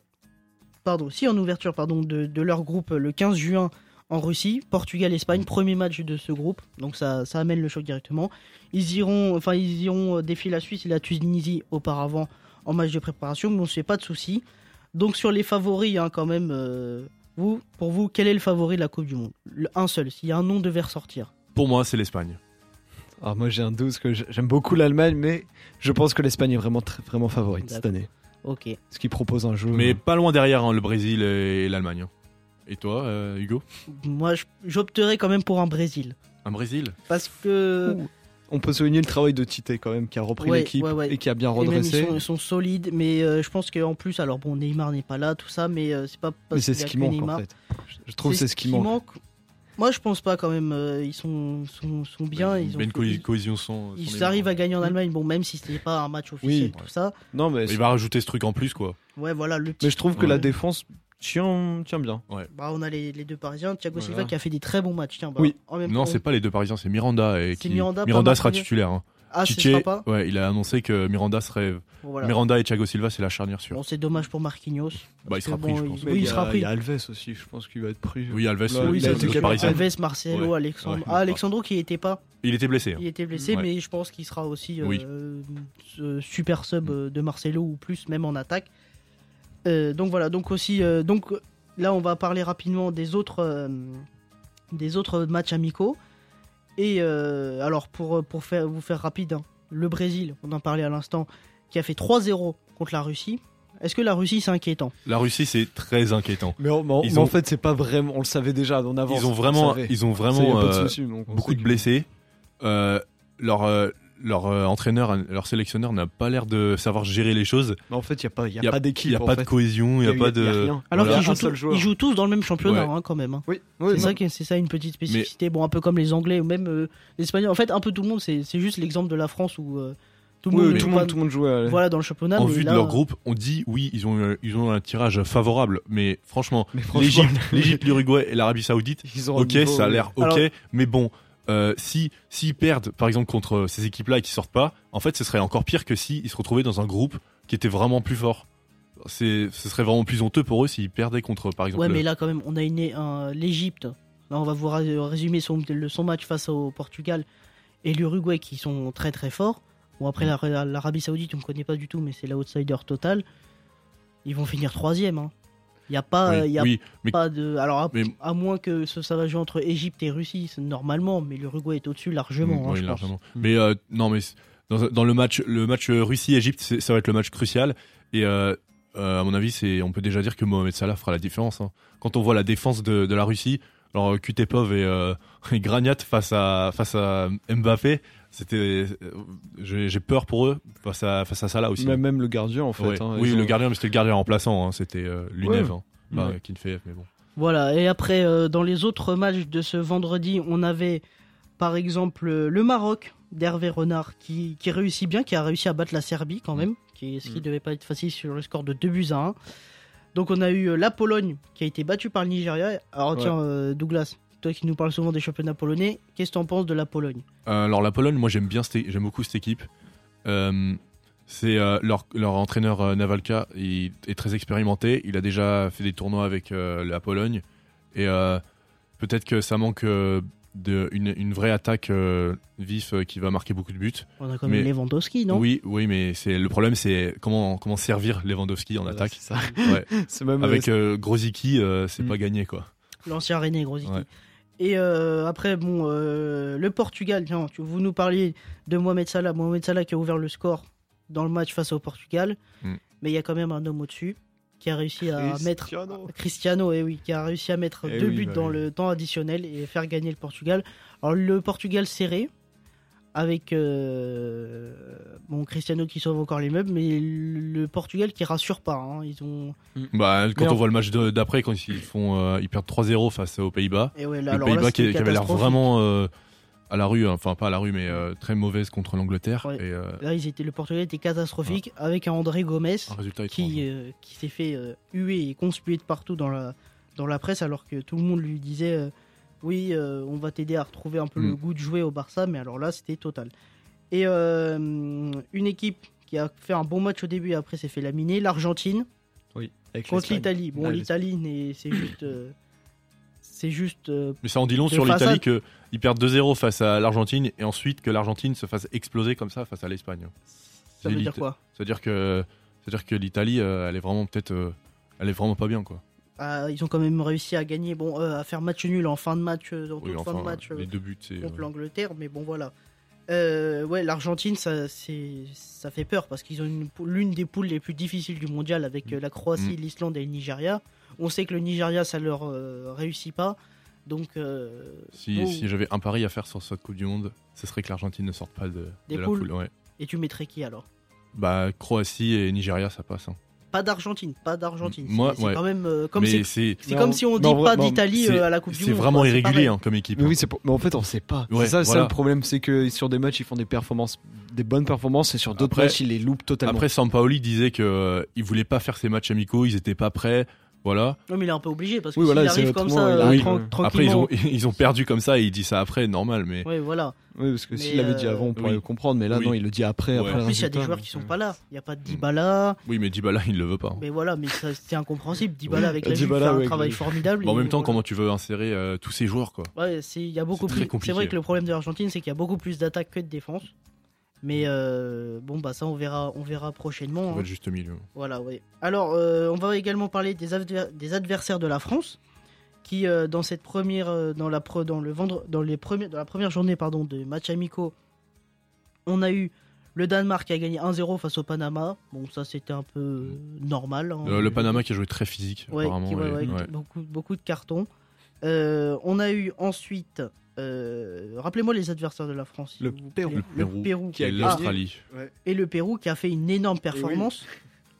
Speaker 1: pardon, si en ouverture, pardon, de, de leur groupe euh, le 15 juin en Russie, Portugal-Espagne, premier match de ce groupe. Donc ça, ça amène le choc directement. Ils iront, enfin ils iront euh, défier la Suisse et la Tunisie auparavant en match de préparation, mais on ne se fait pas de soucis. Donc sur les favoris, hein, quand même, euh, vous, pour vous, quel est le favori de la Coupe du Monde Le- Un seul. S'il y a un nom devait ressortir.
Speaker 2: Pour moi, c'est l'Espagne.
Speaker 3: Alors moi j'ai un doute parce que j'- j'aime beaucoup l'Allemagne, mais je pense que l'Espagne est vraiment très- vraiment favorite cette
Speaker 1: D'accord.
Speaker 3: année.
Speaker 1: Ok.
Speaker 3: Ce qui propose un jeu.
Speaker 2: Mais pas loin derrière hein, le Brésil et l'Allemagne. Et toi, euh, Hugo
Speaker 1: Moi, je- j'opterais quand même pour un Brésil.
Speaker 2: Un Brésil
Speaker 1: Parce que.
Speaker 3: Ouh. on peut souligner le travail de Tite quand même qui a repris
Speaker 1: Ouais,
Speaker 3: l'équipe
Speaker 1: ouais, ouais.
Speaker 3: et qui a bien
Speaker 1: et même, ils,
Speaker 3: redressé.
Speaker 1: sont, ils sont solides, mais euh, je pense qu'en plus, alors bon, Neymar n'est pas là, tout ça, mais euh, c'est pas parce
Speaker 3: Mais c'est
Speaker 1: qu'il y
Speaker 3: ce
Speaker 1: a
Speaker 3: qui
Speaker 1: que
Speaker 3: manque
Speaker 1: Neymar.
Speaker 3: en fait. Je- Je trouve que c'est ce qui manque.
Speaker 1: Moi, je pense pas quand même. euh, ils sont, sont, sont bien. Ils, ont
Speaker 2: une
Speaker 1: fait-
Speaker 2: co- cohésion sans. sans
Speaker 1: ils
Speaker 2: Neymar.
Speaker 1: arrivent à gagner en Allemagne, bon, même si c'était pas un match officiel, tout
Speaker 2: ouais.
Speaker 1: ça.
Speaker 3: Non mais,
Speaker 2: Il va rajouter ce truc en plus, quoi.
Speaker 1: Ouais, voilà, le petit.
Speaker 3: mais je trouve que
Speaker 1: Ouais.
Speaker 3: la défense tient tient bien.
Speaker 1: Bah, on a les, les deux Parisiens, Thiago
Speaker 3: Voilà.
Speaker 1: Silva qui a fait des très bons matchs. Tiens, bah,
Speaker 3: Oui.
Speaker 1: en même
Speaker 2: Non,
Speaker 1: temps-
Speaker 2: c'est pas les deux Parisiens, c'est Miranda. Et
Speaker 1: C'est
Speaker 2: qui...
Speaker 1: Miranda, pas
Speaker 2: sera
Speaker 1: Martinez.
Speaker 2: titulaire. hein.
Speaker 1: Ah, c'est
Speaker 2: Piqué,
Speaker 1: sympa.
Speaker 2: ouais, il a annoncé que Miranda serait.
Speaker 1: Bon, voilà.
Speaker 2: Miranda et Thiago Silva, c'est la charnière sûre.
Speaker 1: Bon, c'est dommage pour Marquinhos.
Speaker 2: bah, il
Speaker 1: parce
Speaker 2: sera
Speaker 1: que
Speaker 2: pris,
Speaker 1: bon,
Speaker 2: je
Speaker 1: il-
Speaker 2: pense.
Speaker 1: oui, il sera
Speaker 3: Il
Speaker 1: pris.
Speaker 3: y a Alves aussi, je pense qu'il va être pris.
Speaker 2: Oui, Alves,
Speaker 3: Là,
Speaker 2: euh,
Speaker 3: oui,
Speaker 2: le-
Speaker 3: ça a
Speaker 2: le
Speaker 3: été capté.
Speaker 2: Parisien.
Speaker 1: Alves, Marcelo,
Speaker 2: Ouais.
Speaker 1: Alexandre.
Speaker 2: Ouais.
Speaker 1: Ah, Alexandro qui était pas.
Speaker 2: Il était blessé. hein.
Speaker 1: Il était blessé,
Speaker 2: Ouais.
Speaker 1: mais je pense qu'il sera aussi euh,
Speaker 2: Oui.
Speaker 1: euh, super sub euh, de Marcelo ou plus, même en attaque. Euh, donc voilà, donc aussi, euh, donc là on va parler rapidement des autres, euh, des autres matchs amicaux. Et euh, alors pour, pour faire, vous faire rapide, hein, le Brésil, on en parlait à l'instant, qui a fait 3-0 contre la Russie. Est-ce que la Russie c'est inquiétant
Speaker 2: La Russie, c'est très inquiétant.
Speaker 3: Mais, en- mais en-
Speaker 2: Ils
Speaker 3: mais en
Speaker 2: ont-
Speaker 3: fait, c'est pas vraiment. On le savait déjà en avance.
Speaker 2: Ils ont
Speaker 3: on
Speaker 2: vraiment.
Speaker 3: le savait.
Speaker 2: Ils ont
Speaker 3: Ça, y a
Speaker 2: vraiment.
Speaker 3: pas de
Speaker 2: euh,
Speaker 3: souci, donc on
Speaker 2: beaucoup
Speaker 3: sait
Speaker 2: de
Speaker 3: que-
Speaker 2: blessés. Euh, leur euh, leur euh, entraîneur, leur sélectionneur n'a pas l'air de savoir gérer les choses.
Speaker 3: Mais en fait, il y a pas, il y a
Speaker 2: Y a-
Speaker 3: pas
Speaker 2: Il
Speaker 3: d'équipe.
Speaker 2: n'y a
Speaker 3: en
Speaker 2: pas
Speaker 3: fait.
Speaker 2: de cohésion, il n'y a,
Speaker 3: Y
Speaker 2: pas
Speaker 3: eu- y
Speaker 2: de.
Speaker 3: rien.
Speaker 1: Alors
Speaker 3: Il y
Speaker 1: qu'ils
Speaker 2: Voilà.
Speaker 3: a un
Speaker 1: jouent,
Speaker 3: seul
Speaker 1: tous-
Speaker 3: joueur.
Speaker 1: ils jouent tous dans le même championnat
Speaker 2: Ouais.
Speaker 1: hein, quand même. hein.
Speaker 3: Oui,
Speaker 1: C'est ça, que- c'est ça une petite spécificité. Bon, un peu comme les Anglais ou même euh, les Espagnols. En fait, un peu tout le monde, c'est c'est juste l'exemple de la France où euh, tout le monde,
Speaker 3: tout,
Speaker 1: joue
Speaker 3: le
Speaker 1: pas-
Speaker 3: monde, tout le monde jouait. à-
Speaker 1: voilà, dans le championnat.
Speaker 2: en
Speaker 1: Ah, mais
Speaker 2: vue
Speaker 1: là,
Speaker 2: de leur groupe, on dit oui, ils ont eu- ils ont un tirage favorable, mais franchement,
Speaker 3: Mais franchement,
Speaker 2: l'Égypte, l'Égypte, l'Uruguay et l'Arabie Saoudite,
Speaker 3: ils ont un
Speaker 2: ok,
Speaker 3: niveau-
Speaker 2: ça a l'air ok,
Speaker 1: Alors-
Speaker 2: mais bon. euh, si s'ils perdent par exemple contre euh, ces équipes-là et qu'ils sortent pas, en fait ce serait encore pire que s'ils se retrouvaient dans un groupe qui était vraiment plus fort. C'est ce serait vraiment plus honteux pour eux s'ils perdaient contre par exemple
Speaker 1: Ouais, mais
Speaker 2: le-
Speaker 1: là, quand même, on a une un- l'Égypte. Là, on va vous ra- résumer son, le- son match face au Portugal et l'Uruguay qui sont très très forts. Bon, après, la- l'Arabie Saoudite, on ne connaît pas du tout, mais c'est l'outsider total. Ils vont finir troisième. hein. Il n'y a pas,
Speaker 2: Oui,
Speaker 1: euh, il y a
Speaker 2: oui, mais
Speaker 1: pas de. Alors, à,
Speaker 2: Mais-
Speaker 1: à moins que ce, ça va jouer entre Égypte et Russie, c'est normalement, mais l'Uruguay est au-dessus largement.
Speaker 2: Mm,
Speaker 1: hein,
Speaker 2: oui,
Speaker 1: je pense.
Speaker 2: largement. Mais euh, non, mais c'est- dans, dans le match, le match euh, Russie-Égypte, c'est- ça va être le match crucial. Et euh, euh, à mon avis, c'est, on peut déjà dire que Mohamed Salah fera la différence. hein. Quand on voit la défense de, de la Russie, alors euh, Kutepov et, euh, et Graniat face à face à Mbappé, c'était, euh, j'ai j'ai peur pour eux face à face à Salah aussi.
Speaker 3: Même, même le gardien, en fait.
Speaker 2: Ouais.
Speaker 3: hein,
Speaker 2: oui,
Speaker 3: ils
Speaker 2: le
Speaker 3: ont-
Speaker 2: gardien, mais c'était le gardien remplaçant. hein, c'était euh, Lunev, hein. Bah,
Speaker 3: Ouais.
Speaker 2: qui ne fait F, mais bon.
Speaker 1: Voilà, et après, euh, dans les autres matchs de ce vendredi, on avait par exemple euh, le Maroc d'Hervé Renard qui, qui réussit bien, qui a réussi à battre la Serbie quand même, qui, ce qui
Speaker 3: Mm.
Speaker 1: devait pas être facile sur le score de 2 buts à 1. Donc on a eu euh, la Pologne qui a été battue par le Nigeria. Alors
Speaker 3: Ouais.
Speaker 1: tiens euh, Douglas, toi qui nous parles souvent des championnats polonais, qu'est-ce que t'en penses de la Pologne
Speaker 2: Euh, alors la Pologne, moi j'aime bien, cette- j'aime beaucoup cette équipe. Euh, c'est euh, leur, leur entraîneur euh, Navalka, il est très expérimenté. Il a déjà fait des tournois avec euh, la Pologne et euh, peut-être que ça manque euh, de, une, une vraie attaque euh, vif euh, qui va marquer beaucoup de buts.
Speaker 1: On a quand
Speaker 2: Mais-
Speaker 1: même Lewandowski, non
Speaker 2: oui, oui, mais c'est le problème, c'est comment comment servir Lewandowski en
Speaker 3: Voilà,
Speaker 2: attaque.
Speaker 3: c'est ça.
Speaker 2: Ouais.
Speaker 3: C'est même
Speaker 2: Avec euh, Grozicki, euh, c'est
Speaker 3: Mm.
Speaker 2: pas gagné quoi.
Speaker 1: L'ancien René Grosicki.
Speaker 2: Ouais.
Speaker 1: Et euh, après, bon, euh, le Portugal, tiens, tu- vous nous parliez de Mohamed Salah. Mohamed Salah qui a ouvert le score dans le match face au Portugal.
Speaker 2: Mm.
Speaker 1: Mais il y a quand même un homme au-dessus qui a réussi à mettre. Cristiano, eh oui, qui a réussi à mettre
Speaker 3: Eh
Speaker 1: deux
Speaker 3: oui,
Speaker 1: buts
Speaker 3: bah
Speaker 1: dans
Speaker 3: oui.
Speaker 1: le temps additionnel et faire gagner le Portugal. Alors, le Portugal serré, avec euh, bon, Cristiano qui sauve encore les meubles, mais le Portugal qui rassure pas. hein. Ils ont.
Speaker 2: Bah, quand
Speaker 1: Mais
Speaker 2: on
Speaker 1: en-
Speaker 2: voit le match de- d'après, quand ils font, euh, ils perdent 3-0 face aux Pays-Bas.
Speaker 1: Et eh ouais, là,
Speaker 2: le
Speaker 1: alors là,
Speaker 2: Pays-Bas
Speaker 1: c'était
Speaker 2: qui, qui avait l'air
Speaker 1: catastrophique.
Speaker 2: vraiment euh, à la rue, hein. enfin pas à la rue, mais euh, très mauvaise contre l'Angleterre.
Speaker 1: Ouais.
Speaker 2: Et euh,
Speaker 1: Là, ils étaient, le Portugais était catastrophique
Speaker 2: Ah.
Speaker 1: avec un André Gomes
Speaker 2: un résultat
Speaker 1: qui,
Speaker 2: étrange.
Speaker 1: euh, qui s'est fait euh, huer et conspuer de partout dans la, dans la presse alors que tout le monde lui disait euh, Oui, euh, on va t'aider à retrouver un peu
Speaker 2: Mm.
Speaker 1: le goût de jouer au Barça, mais alors là, c'était total. Et euh, une équipe qui a fait un bon match au début et après s'est fait laminer l'Argentine contre l'Italie. Bon,
Speaker 3: Ah,
Speaker 1: l'Italie, n'est- c'est juste. euh, c'est juste euh,
Speaker 2: Mais ça en dit long
Speaker 1: de
Speaker 2: sur l'Italie
Speaker 1: façade.
Speaker 2: qu'ils perdent 2-0 face à l'Argentine et ensuite que l'Argentine se fasse exploser comme ça face à l'Espagne.
Speaker 1: ça
Speaker 2: C'est
Speaker 1: veut dire
Speaker 2: l'Ita-
Speaker 1: quoi
Speaker 2: C'est-à-dire que, c'est-à-dire que l'Italie, euh, elle est vraiment peut-être, euh, elle est vraiment pas bien quoi.
Speaker 1: Ah, Ils ont quand même réussi à gagner, bon, euh, à faire match nul en fin de match, euh, dans
Speaker 2: Oui,
Speaker 1: toute fin
Speaker 2: enfin,
Speaker 1: de match. euh,
Speaker 2: les deux buts, c'est.
Speaker 1: contre
Speaker 2: euh,
Speaker 1: l'Angleterre, mais bon voilà. Euh, ouais, l'Argentine, ça, c'est- ça fait peur parce qu'ils ont une pou- l'une des poules les plus difficiles du mondial avec euh, la
Speaker 2: Mm.
Speaker 1: Croatie, l'Islande et le Nigeria. On sait que le Nigeria, ça leur euh, réussit pas. Donc, euh,
Speaker 2: Si,
Speaker 1: bon,
Speaker 2: si j'avais un pari à faire sur cette Coupe du Monde, ce serait que l'Argentine ne sorte pas de,
Speaker 1: Des
Speaker 2: de la
Speaker 1: poules.
Speaker 2: poule. ouais.
Speaker 1: et tu mettrais qui alors
Speaker 2: Bah Croatie et Nigeria, ça passe. hein.
Speaker 1: Pas d'Argentine, pas d'Argentine.
Speaker 2: Moi,
Speaker 1: C'est- c'est
Speaker 2: ouais.
Speaker 1: quand même euh, comme
Speaker 2: Mais
Speaker 1: c'est
Speaker 2: c'est,
Speaker 1: c'est
Speaker 3: Mais
Speaker 1: comme
Speaker 3: on-
Speaker 1: si on
Speaker 3: mais
Speaker 1: dit
Speaker 3: en vrai-
Speaker 1: pas
Speaker 3: mais en-
Speaker 1: d'Italie
Speaker 2: c'est-
Speaker 1: euh, à la Coupe du
Speaker 2: c'est
Speaker 1: Monde.
Speaker 2: vraiment
Speaker 1: quoi, c'est
Speaker 2: irrégulier
Speaker 1: pareil.
Speaker 2: hein, comme équipe.
Speaker 3: Mais
Speaker 2: hein.
Speaker 3: oui, c'est pour- mais en fait, on sait pas.
Speaker 2: Ouais,
Speaker 3: c'est ça, c'est
Speaker 2: voilà.
Speaker 3: ça le problème, c'est que sur des matchs, ils font des performances, des bonnes performances, et sur d'autres
Speaker 2: Après-
Speaker 3: matchs, ils les loupent totalement.
Speaker 2: Après, Sampaoli disait que euh, il voulait pas faire ses matchs amicaux, ils étaient pas prêts. Voilà.
Speaker 1: Non, mais il est un peu obligé parce que
Speaker 3: Oui,
Speaker 1: s'il
Speaker 3: voilà,
Speaker 1: arrive
Speaker 3: c'est
Speaker 1: comme ça,
Speaker 3: autrement, il
Speaker 1: euh,
Speaker 2: arrive,
Speaker 1: tran-
Speaker 3: euh,
Speaker 1: tranquillement.
Speaker 2: Après, ils ont, ils ont perdu comme ça et il dit ça après, normal. Mais
Speaker 1: Ouais, voilà.
Speaker 3: oui, parce que
Speaker 1: Mais,
Speaker 3: s'il l'avait dit avant, on pourrait
Speaker 2: oui.
Speaker 3: le comprendre, mais là,
Speaker 2: Oui.
Speaker 3: non, il le dit après.
Speaker 2: Ouais.
Speaker 3: après
Speaker 2: En
Speaker 1: En
Speaker 3: le
Speaker 1: plus, il y a des
Speaker 3: résultat,
Speaker 1: joueurs
Speaker 3: donc,
Speaker 1: qui sont
Speaker 3: euh,
Speaker 1: pas là. Il n'y a pas de
Speaker 2: Mm.
Speaker 1: Dybala.
Speaker 2: oui, mais Dybala, il le veut pas. hein.
Speaker 1: Mais voilà, mais ça, c'est incompréhensible. Dybala avec la Juve
Speaker 3: Dybala,
Speaker 1: fait un
Speaker 3: ouais,
Speaker 1: travail
Speaker 3: que-
Speaker 1: formidable.
Speaker 2: Bon, en
Speaker 1: et
Speaker 2: même temps,
Speaker 1: voilà.
Speaker 2: comment tu veux insérer euh, tous ces joueurs, quoi
Speaker 1: Ouais, c'est il y a beaucoup
Speaker 2: C'est
Speaker 1: plus.
Speaker 2: très compliqué.
Speaker 1: C'est vrai que le problème de l'Argentine, c'est qu'il y a beaucoup plus d'attaques que de défense. Mais euh, bon, bah ça, on verra, on verra
Speaker 2: On
Speaker 1: prochainement.
Speaker 2: va
Speaker 1: hein.
Speaker 2: être juste au milieu.
Speaker 1: Voilà, oui. Alors, euh, on va également parler des, adver- des adversaires de la France, qui euh, dans cette première, euh, dans la pre- dans le vendre, dans les premiers, dans la première journée, pardon, de matchs amicaux, on a eu le Danemark qui a gagné 1-0 face au Panama. Bon, ça c'était un peu euh, normal. hein.
Speaker 2: Euh, le Panama qui a joué très physique,
Speaker 1: Ouais,
Speaker 2: apparemment.
Speaker 1: qui- ouais,
Speaker 2: et-
Speaker 1: ouais,
Speaker 2: ouais.
Speaker 1: Beaucoup, beaucoup de cartons. Euh, on a eu ensuite. euh, Rappelez-moi les adversaires de la France. s'il
Speaker 3: Le
Speaker 1: vous plaît.
Speaker 3: Pérou.
Speaker 2: Le
Speaker 1: Le
Speaker 2: Pérou,
Speaker 1: Pérou.
Speaker 3: qui
Speaker 2: et
Speaker 3: a gagné.
Speaker 2: l'Australie.
Speaker 1: Et le Pérou qui a fait une énorme
Speaker 3: Eh
Speaker 1: performance,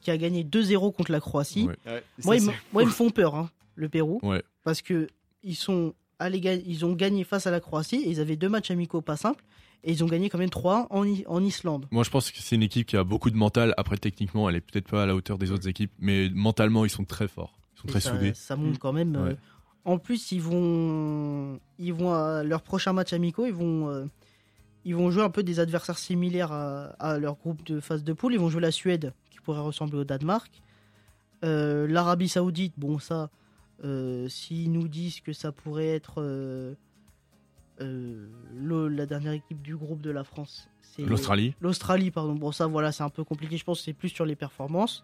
Speaker 1: qui a gagné 2-0 contre la Croatie.
Speaker 2: Ouais.
Speaker 3: Ouais, et
Speaker 1: Moi,
Speaker 3: ça,
Speaker 1: ils, me-
Speaker 3: c'est-
Speaker 1: moi, ils me font peur, hein, le Pérou.
Speaker 2: Ouais.
Speaker 1: Parce que ils, sont allés ga- ils ont gagné face à la Croatie. et ils avaient deux matchs amicaux pas simples. Et ils ont gagné quand même 3 en, I- en Islande.
Speaker 2: Moi, je pense que c'est une équipe qui a beaucoup de mental. Après, techniquement, elle est peut-être pas à la hauteur des autres équipes, mais mentalement, ils sont très forts. Ils sont
Speaker 1: Et
Speaker 2: très
Speaker 1: ça,
Speaker 2: soudés.
Speaker 1: ça monte quand même. euh,
Speaker 2: Ouais.
Speaker 1: en plus, ils vont, ils vont euh, à leur prochain match amicaux, ils vont, euh, ils vont jouer un peu des adversaires similaires à, à leur groupe de phase de poule. Ils vont jouer la Suède, qui pourrait ressembler au Danemark. Euh, L'Arabie Saoudite, bon ça, euh, s'ils nous disent que ça pourrait être euh, euh, le- la dernière équipe du groupe de la France, c'est
Speaker 2: L'Australie,
Speaker 1: L'Australie, pardon. Bon, ça, voilà, c'est un peu compliqué. Je pense que c'est plus sur les performances.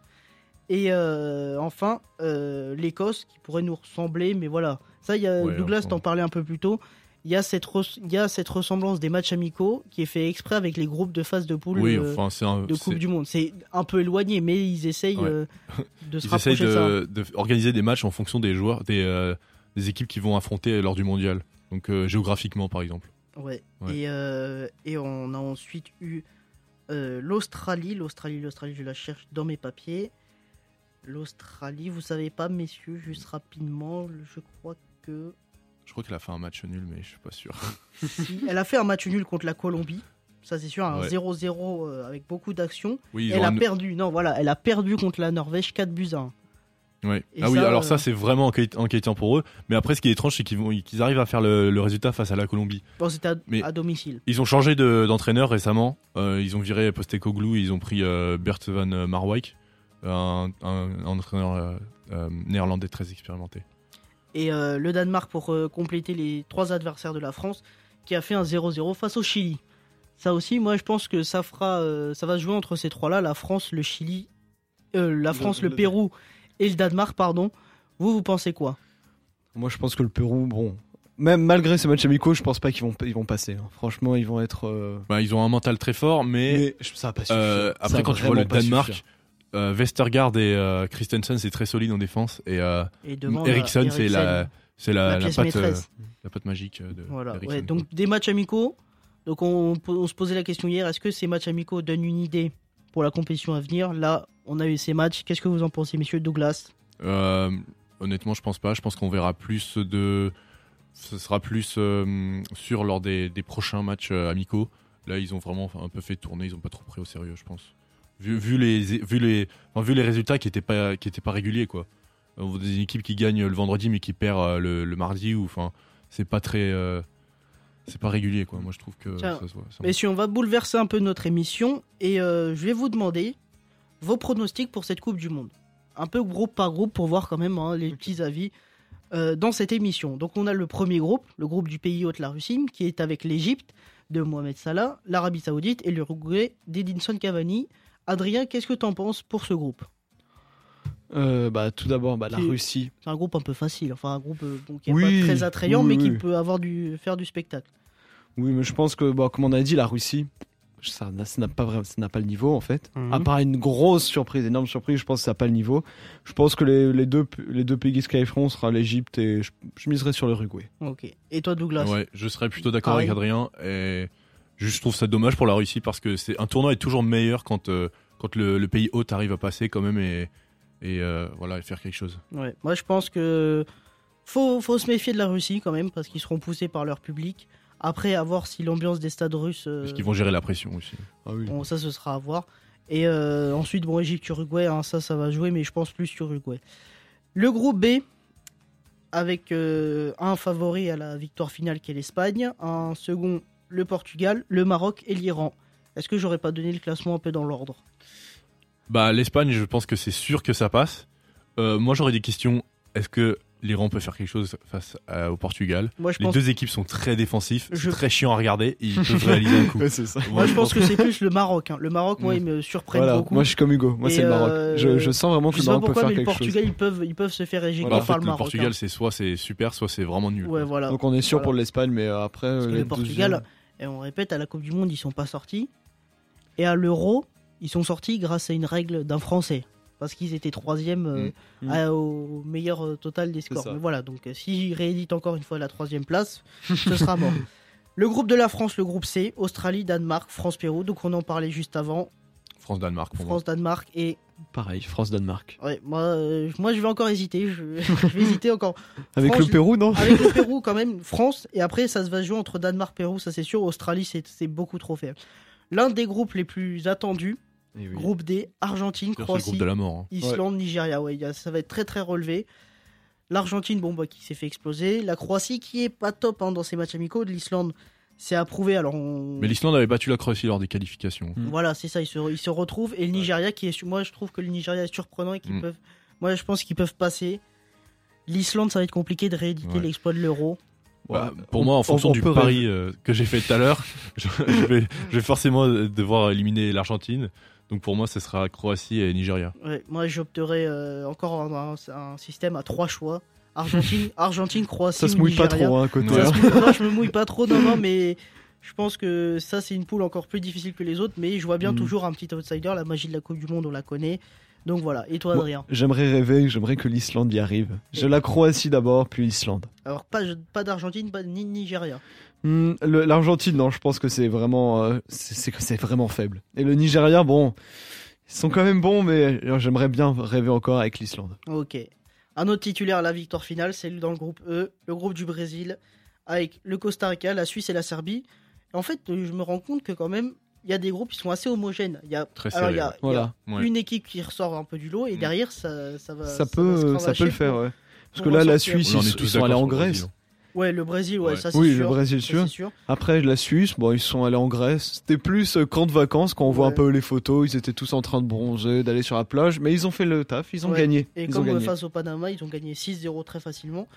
Speaker 1: Et euh, enfin, euh, l'Écosse, qui pourrait nous ressembler, mais voilà. Ça, il y a,
Speaker 2: Ouais,
Speaker 1: Douglas
Speaker 2: enfin.
Speaker 1: t'en parlait un peu plus tôt. Il y, a cette res- il y a cette ressemblance des matchs amicaux qui est fait exprès avec les groupes de phase de poule
Speaker 2: oui,
Speaker 1: euh,
Speaker 2: enfin, c'est un.
Speaker 1: de Coupe
Speaker 2: c'est-
Speaker 1: du Monde. C'est un peu éloigné, mais ils essayent
Speaker 2: Ouais.
Speaker 1: euh, de se
Speaker 2: Ils essayent
Speaker 1: rapprocher de ça.
Speaker 2: de, de f- organiser des matchs en fonction des joueurs, des, euh, des équipes qui vont affronter lors du mondial. Donc euh, géographiquement, par exemple.
Speaker 1: Ouais.
Speaker 2: Ouais.
Speaker 1: Et, euh, et on a ensuite eu euh, l'Australie. L'Australie, l'Australie, je la cherche dans mes papiers. L'Australie, vous savez pas, messieurs, juste rapidement, je crois que.
Speaker 2: Je crois qu'elle a fait un match nul, mais je suis pas sûr.
Speaker 1: Si- Elle a fait un match nul contre la Colombie. Ça, c'est sûr, un
Speaker 2: Ouais.
Speaker 1: 0-0 euh, avec beaucoup d'actions.
Speaker 2: Oui, ils
Speaker 1: Elle
Speaker 2: ont
Speaker 1: a
Speaker 2: un-
Speaker 1: perdu. Non, voilà, elle a perdu contre la Norvège 4 buts à 1.
Speaker 2: Ouais.
Speaker 1: Et
Speaker 2: Ah oui,
Speaker 1: ça,
Speaker 2: alors
Speaker 1: euh,
Speaker 2: ça c'est vraiment inquiét- inquiétant pour eux. Mais après, ce qui est étrange, c'est qu'ils vont- qu'ils arrivent à faire le, le résultat face à la Colombie.
Speaker 1: Bon, c'était à,
Speaker 2: Mais-
Speaker 1: à domicile.
Speaker 2: Ils ont changé de- d'entraîneur récemment. Euh, ils ont viré Postecoglou, et ils ont pris euh, Bert van Marwijk, un, un- un entraîneur euh, euh, néerlandais très expérimenté.
Speaker 1: Et euh, le Danemark pour euh, compléter les trois adversaires de la France, qui a fait un 0-0 face au Chili. Ça aussi, moi, je pense que ça fera, euh, ça va se jouer entre ces trois-là, la France, le Chili, euh, la
Speaker 3: Le-
Speaker 1: France, le
Speaker 3: le-
Speaker 1: Pérou et le Danemark, pardon. Vous, vous pensez quoi
Speaker 3: Moi, je pense que le Pérou, bon, même malgré ces matchs amicaux, je pense pas qu'ils vont, ils vont passer. hein. Franchement, ils vont être. euh,
Speaker 2: Bah, ils ont un mental très fort, mais
Speaker 3: Mais je- ça va pas suffire.
Speaker 2: Euh,
Speaker 3: Ça va
Speaker 2: après, quand tu vois
Speaker 3: vraiment
Speaker 2: le
Speaker 3: pas hein.
Speaker 2: Danemark,
Speaker 3: suffire.
Speaker 2: euh, Westergaard et euh, Christensen, c'est très solide en défense. Et euh,
Speaker 1: Et devant, euh,
Speaker 2: Eriksson, c'est la,
Speaker 1: Eriksen,
Speaker 2: c'est la, la
Speaker 1: pièce
Speaker 2: patte, euh,
Speaker 1: maîtresse.
Speaker 2: la patte magique euh, de
Speaker 1: Voilà,
Speaker 2: d'Eriksen,
Speaker 1: ouais,
Speaker 2: quoi.
Speaker 1: donc des matchs amicaux. Donc on, on se posait la question hier, est-ce que ces matchs amicaux donnent une idée pour la compétition à venir Là, on a eu ces matchs. Qu'est-ce que vous en pensez, monsieur Douglas
Speaker 2: Euh, honnêtement, je pense pas. Je pense qu'on verra plus de. Ce sera plus euh, sûr lors des, des prochains matchs euh, amicaux. Là, ils ont vraiment un peu fait tourner. Ils ont pas trop pris au sérieux, je pense. Vu, vu les, vu, les, enfin, vu les résultats qui étaient pas, qui étaient pas réguliers, quoi. On voit des équipes qui gagnent le vendredi mais qui perdent euh, le, le mardi. Ou enfin, c'est pas très. euh, c'est pas régulier, quoi. Moi, je trouve que.
Speaker 1: Tiens,
Speaker 2: ça se voit, ça
Speaker 1: Messieurs, on va bouleverser un peu notre émission et euh, je vais vous demander vos pronostics pour cette Coupe du Monde. Un peu groupe par groupe pour voir quand même hein, les petits avis euh, dans cette émission. Donc on a le premier groupe, le groupe du pays hôte la Russie, qui est avec l'Égypte de Mohamed Salah, l'Arabie Saoudite et l'Uruguay d'Edinson Cavani. Adrien, qu'est-ce que t'en penses pour ce groupe
Speaker 3: Euh, bah, tout d'abord, bah, la
Speaker 1: Qui-
Speaker 3: Russie.
Speaker 1: C'est un groupe un peu facile, enfin un groupe euh, bon, qui est
Speaker 3: Oui,
Speaker 1: pas très attrayant,
Speaker 3: oui,
Speaker 1: mais qui
Speaker 3: oui.
Speaker 1: peut avoir du faire du spectacle.
Speaker 3: Oui, mais je pense que, bah, comme on a dit, la Russie, ça n'a ça n'a pas, vraiment- ça n'a pas le niveau en fait.
Speaker 1: Mhm.
Speaker 3: À part une grosse surprise, énorme surprise, je pense que ça n'a pas le niveau. Je pense que les, les deux, les deux pays qui se qualifieront sera l'Égypte et je, je miserai sur l'Uruguay.
Speaker 1: Ok. Et toi, Douglas
Speaker 2: Ouais, je serais plutôt d'accord
Speaker 1: Pareil.
Speaker 2: avec Adrien. Et je trouve ça dommage pour la Russie parce que c'est un tournoi est toujours meilleur quand euh, quand le, le pays hôte arrive à passer quand même et et euh, voilà et faire quelque chose.
Speaker 1: Ouais, moi je pense que faut, faut se méfier de la Russie quand même parce qu'ils seront poussés par leur public. Après, à voir si l'ambiance des stades russes. euh,
Speaker 2: Parce qu'ils vont gérer la pression aussi.
Speaker 3: Ah oui.
Speaker 1: bon, ça, ce sera à voir. Et euh, ensuite, bon, Égypte-Uruguay, hein, ça, ça va jouer, mais je pense plus sur Uruguay. Le groupe B, avec euh, un favori à la victoire finale qui est l'Espagne, un second, le Portugal, le Maroc et l'Iran. Est-ce que j'aurais pas donné le classement un peu dans l'ordre
Speaker 2: Bah l'Espagne, je pense que c'est sûr que ça passe. Euh, moi j'aurais des questions. Est-ce que l'Iran peut faire quelque chose face à- au Portugal
Speaker 1: Moi, je
Speaker 2: Les
Speaker 1: pense,
Speaker 2: deux équipes sont très défensifs,
Speaker 1: Je-
Speaker 2: c'est très chiant à regarder. et Ils peuvent réaliser un coup.
Speaker 3: Ouais, c'est ça.
Speaker 1: moi, je pense que c'est plus le Maroc. hein. Le Maroc, moi,
Speaker 2: Mm.
Speaker 1: il me surprend
Speaker 3: Voilà,
Speaker 1: beaucoup.
Speaker 3: moi je suis comme Hugo, moi
Speaker 1: Et
Speaker 3: c'est le Maroc.
Speaker 1: euh,
Speaker 3: Je, je sens vraiment que
Speaker 1: Je
Speaker 3: le
Speaker 1: sais pas
Speaker 3: Maroc peut
Speaker 1: pourquoi,
Speaker 3: faire
Speaker 1: mais le
Speaker 3: quelque
Speaker 1: Portugal, ils peuvent, ils peuvent se faire éjecter
Speaker 3: Voilà.
Speaker 2: Bah, en
Speaker 1: par
Speaker 2: fait,
Speaker 1: le
Speaker 2: le
Speaker 1: Maroc.
Speaker 2: Portugal,
Speaker 1: hein.
Speaker 2: c'est soit c'est super, soit c'est vraiment nul.
Speaker 1: Ouais, voilà.
Speaker 3: chose. Donc euh, on est sûr
Speaker 1: Ah. Voilà.
Speaker 3: pour l'Espagne, mais euh, après.
Speaker 1: Parce que
Speaker 3: les
Speaker 1: le Portugal, euh,
Speaker 3: deuxièmes-
Speaker 1: et on répète, à la Coupe du Monde, ils sont pas sortis. Et à l'Euro, ils sont sortis grâce à une règle d'un Français. Parce qu'ils étaient troisième euh,
Speaker 3: Mm. Mm.
Speaker 1: à- au meilleur euh, total des scores.
Speaker 3: ça.
Speaker 1: Mais voilà, donc euh, s'ils rééditent encore une fois la troisième place, ce sera mort. Le groupe de la France, le groupe C, Australie, Danemark, France-Pérou. Donc on en parlait juste avant.
Speaker 2: France Danemark pour moi.
Speaker 1: France-Danemark et
Speaker 3: Pareil, France-Danemark.
Speaker 1: ouais, moi, euh, moi je vais encore hésiter. Je, je vais hésiter encore.
Speaker 3: Avec
Speaker 1: France-
Speaker 3: le Pérou, non
Speaker 1: Avec le Pérou, quand même, France, et après, ça se va jouer entre Danemark, Pérou, ça c'est sûr. Australie, c'est c'est beaucoup trop faible. L'un des groupes les plus attendus,
Speaker 2: Eh
Speaker 1: groupe D, Argentine,
Speaker 2: C'est le groupe
Speaker 1: Croatie,
Speaker 2: de la mort. hein.
Speaker 1: Islande, Nigeria. Ouais, il y a- ça va être très très relevé. L'Argentine, bon, bah, qui s'est fait exploser. La Croatie, qui est pas top hein, dans ses matchs amicaux. De L'Islande, c'est approuvé. Alors, on...
Speaker 2: Mais l'Islande avait battu la Croatie lors des qualifications.
Speaker 1: voilà, c'est ça, ils se, ils se retrouvent. Et le Nigeria, qui est, su- moi je trouve que le Nigeria est surprenant et qu'ils
Speaker 2: Mm.
Speaker 1: peuvent. Moi je pense qu'ils peuvent passer. L'Islande, ça va être compliqué de rééditer
Speaker 2: Ouais.
Speaker 1: l'exploit de l'euro.
Speaker 2: Bah,
Speaker 3: Ouais.
Speaker 2: pour
Speaker 3: On-
Speaker 2: moi, en
Speaker 3: on-
Speaker 2: fonction
Speaker 3: on
Speaker 2: du
Speaker 3: peut
Speaker 2: pari euh, que j'ai fait tout à l'heure, je, je vais, je
Speaker 1: Mm.
Speaker 2: vais forcément euh, devoir éliminer l'Argentine. Donc pour moi, ce sera Croatie et Nigeria.
Speaker 1: Ouais, moi j'opterais euh, encore un, un- un système à trois choix. Argentine, Argentine, Croatie,
Speaker 3: Ça se
Speaker 1: ou
Speaker 3: mouille pas
Speaker 1: Nigeria.
Speaker 3: trop, hein, côté.
Speaker 2: Ouais.
Speaker 1: Ça se mouille- moi, je me mouille pas trop, non, non, mais je pense que ça c'est une poule encore plus difficile que les autres, mais je vois bien
Speaker 3: Mhm.
Speaker 1: toujours un petit outsider. La magie de la Coupe du Monde, on la connaît. Donc voilà. Et toi,
Speaker 3: Bon.
Speaker 1: Adrien
Speaker 3: J'aimerais rêver, j'aimerais que l'Islande y arrive. J'ai la Croatie d'abord, puis l'Islande.
Speaker 1: Alors pas, pas d'Argentine, pas ni de Nigeria.
Speaker 3: Hmm, le- L'Argentine, non, je pense que c'est vraiment, euh, c'est- c'est c'est vraiment faible. Et le Nigeria, bon, ils sont quand même bons, mais euh, j'aimerais bien rêver encore avec l'Islande.
Speaker 1: Ok. Un autre titulaire à la victoire finale, c'est dans le groupe E, le groupe du Brésil, avec le Costa Rica, la Suisse et la Serbie. Et en fait, je me rends compte que quand même, il y a des groupes qui sont assez homogènes. Il y a,
Speaker 2: Très
Speaker 1: alors,
Speaker 2: serré,
Speaker 1: il y a-
Speaker 2: ouais.
Speaker 1: Ah, il y a
Speaker 3: Voilà.
Speaker 2: Ouais.
Speaker 1: une équipe qui ressort un peu du lot et
Speaker 2: Mm.
Speaker 1: derrière, ça, Bah, ça va.
Speaker 3: Ça
Speaker 1: va se
Speaker 3: peut, ça
Speaker 1: cravacher
Speaker 3: peut le faire,
Speaker 1: pour-
Speaker 3: ouais. Parce
Speaker 1: pour
Speaker 3: que là, la
Speaker 1: ressortir.
Speaker 3: Suisse,
Speaker 2: On en
Speaker 3: ils,
Speaker 2: est
Speaker 3: ils
Speaker 2: tous
Speaker 3: sont allés
Speaker 2: d'accord
Speaker 3: en
Speaker 2: sur le
Speaker 3: Grèce.
Speaker 2: Brésil.
Speaker 1: Ouais, le Brésil, ouais,
Speaker 2: Ouais.
Speaker 1: ça c'est
Speaker 3: Oui,
Speaker 1: sûr.
Speaker 3: le Brésil,
Speaker 1: Ça,
Speaker 3: sûr.
Speaker 1: c'est sûr.
Speaker 3: Après, la Suisse, bon, ils sont allés en Grèce. C'était plus euh, camp de vacances quand on voit
Speaker 1: Ouais.
Speaker 3: un peu les photos. Ils étaient tous en train de bronzer, d'aller sur la plage. Mais ils ont fait le taf, ils ont
Speaker 1: Ouais.
Speaker 3: gagné.
Speaker 1: Et
Speaker 3: ils ont
Speaker 1: comme euh,
Speaker 3: gagné.
Speaker 1: face au Panama, ils ont gagné 6-0 très facilement.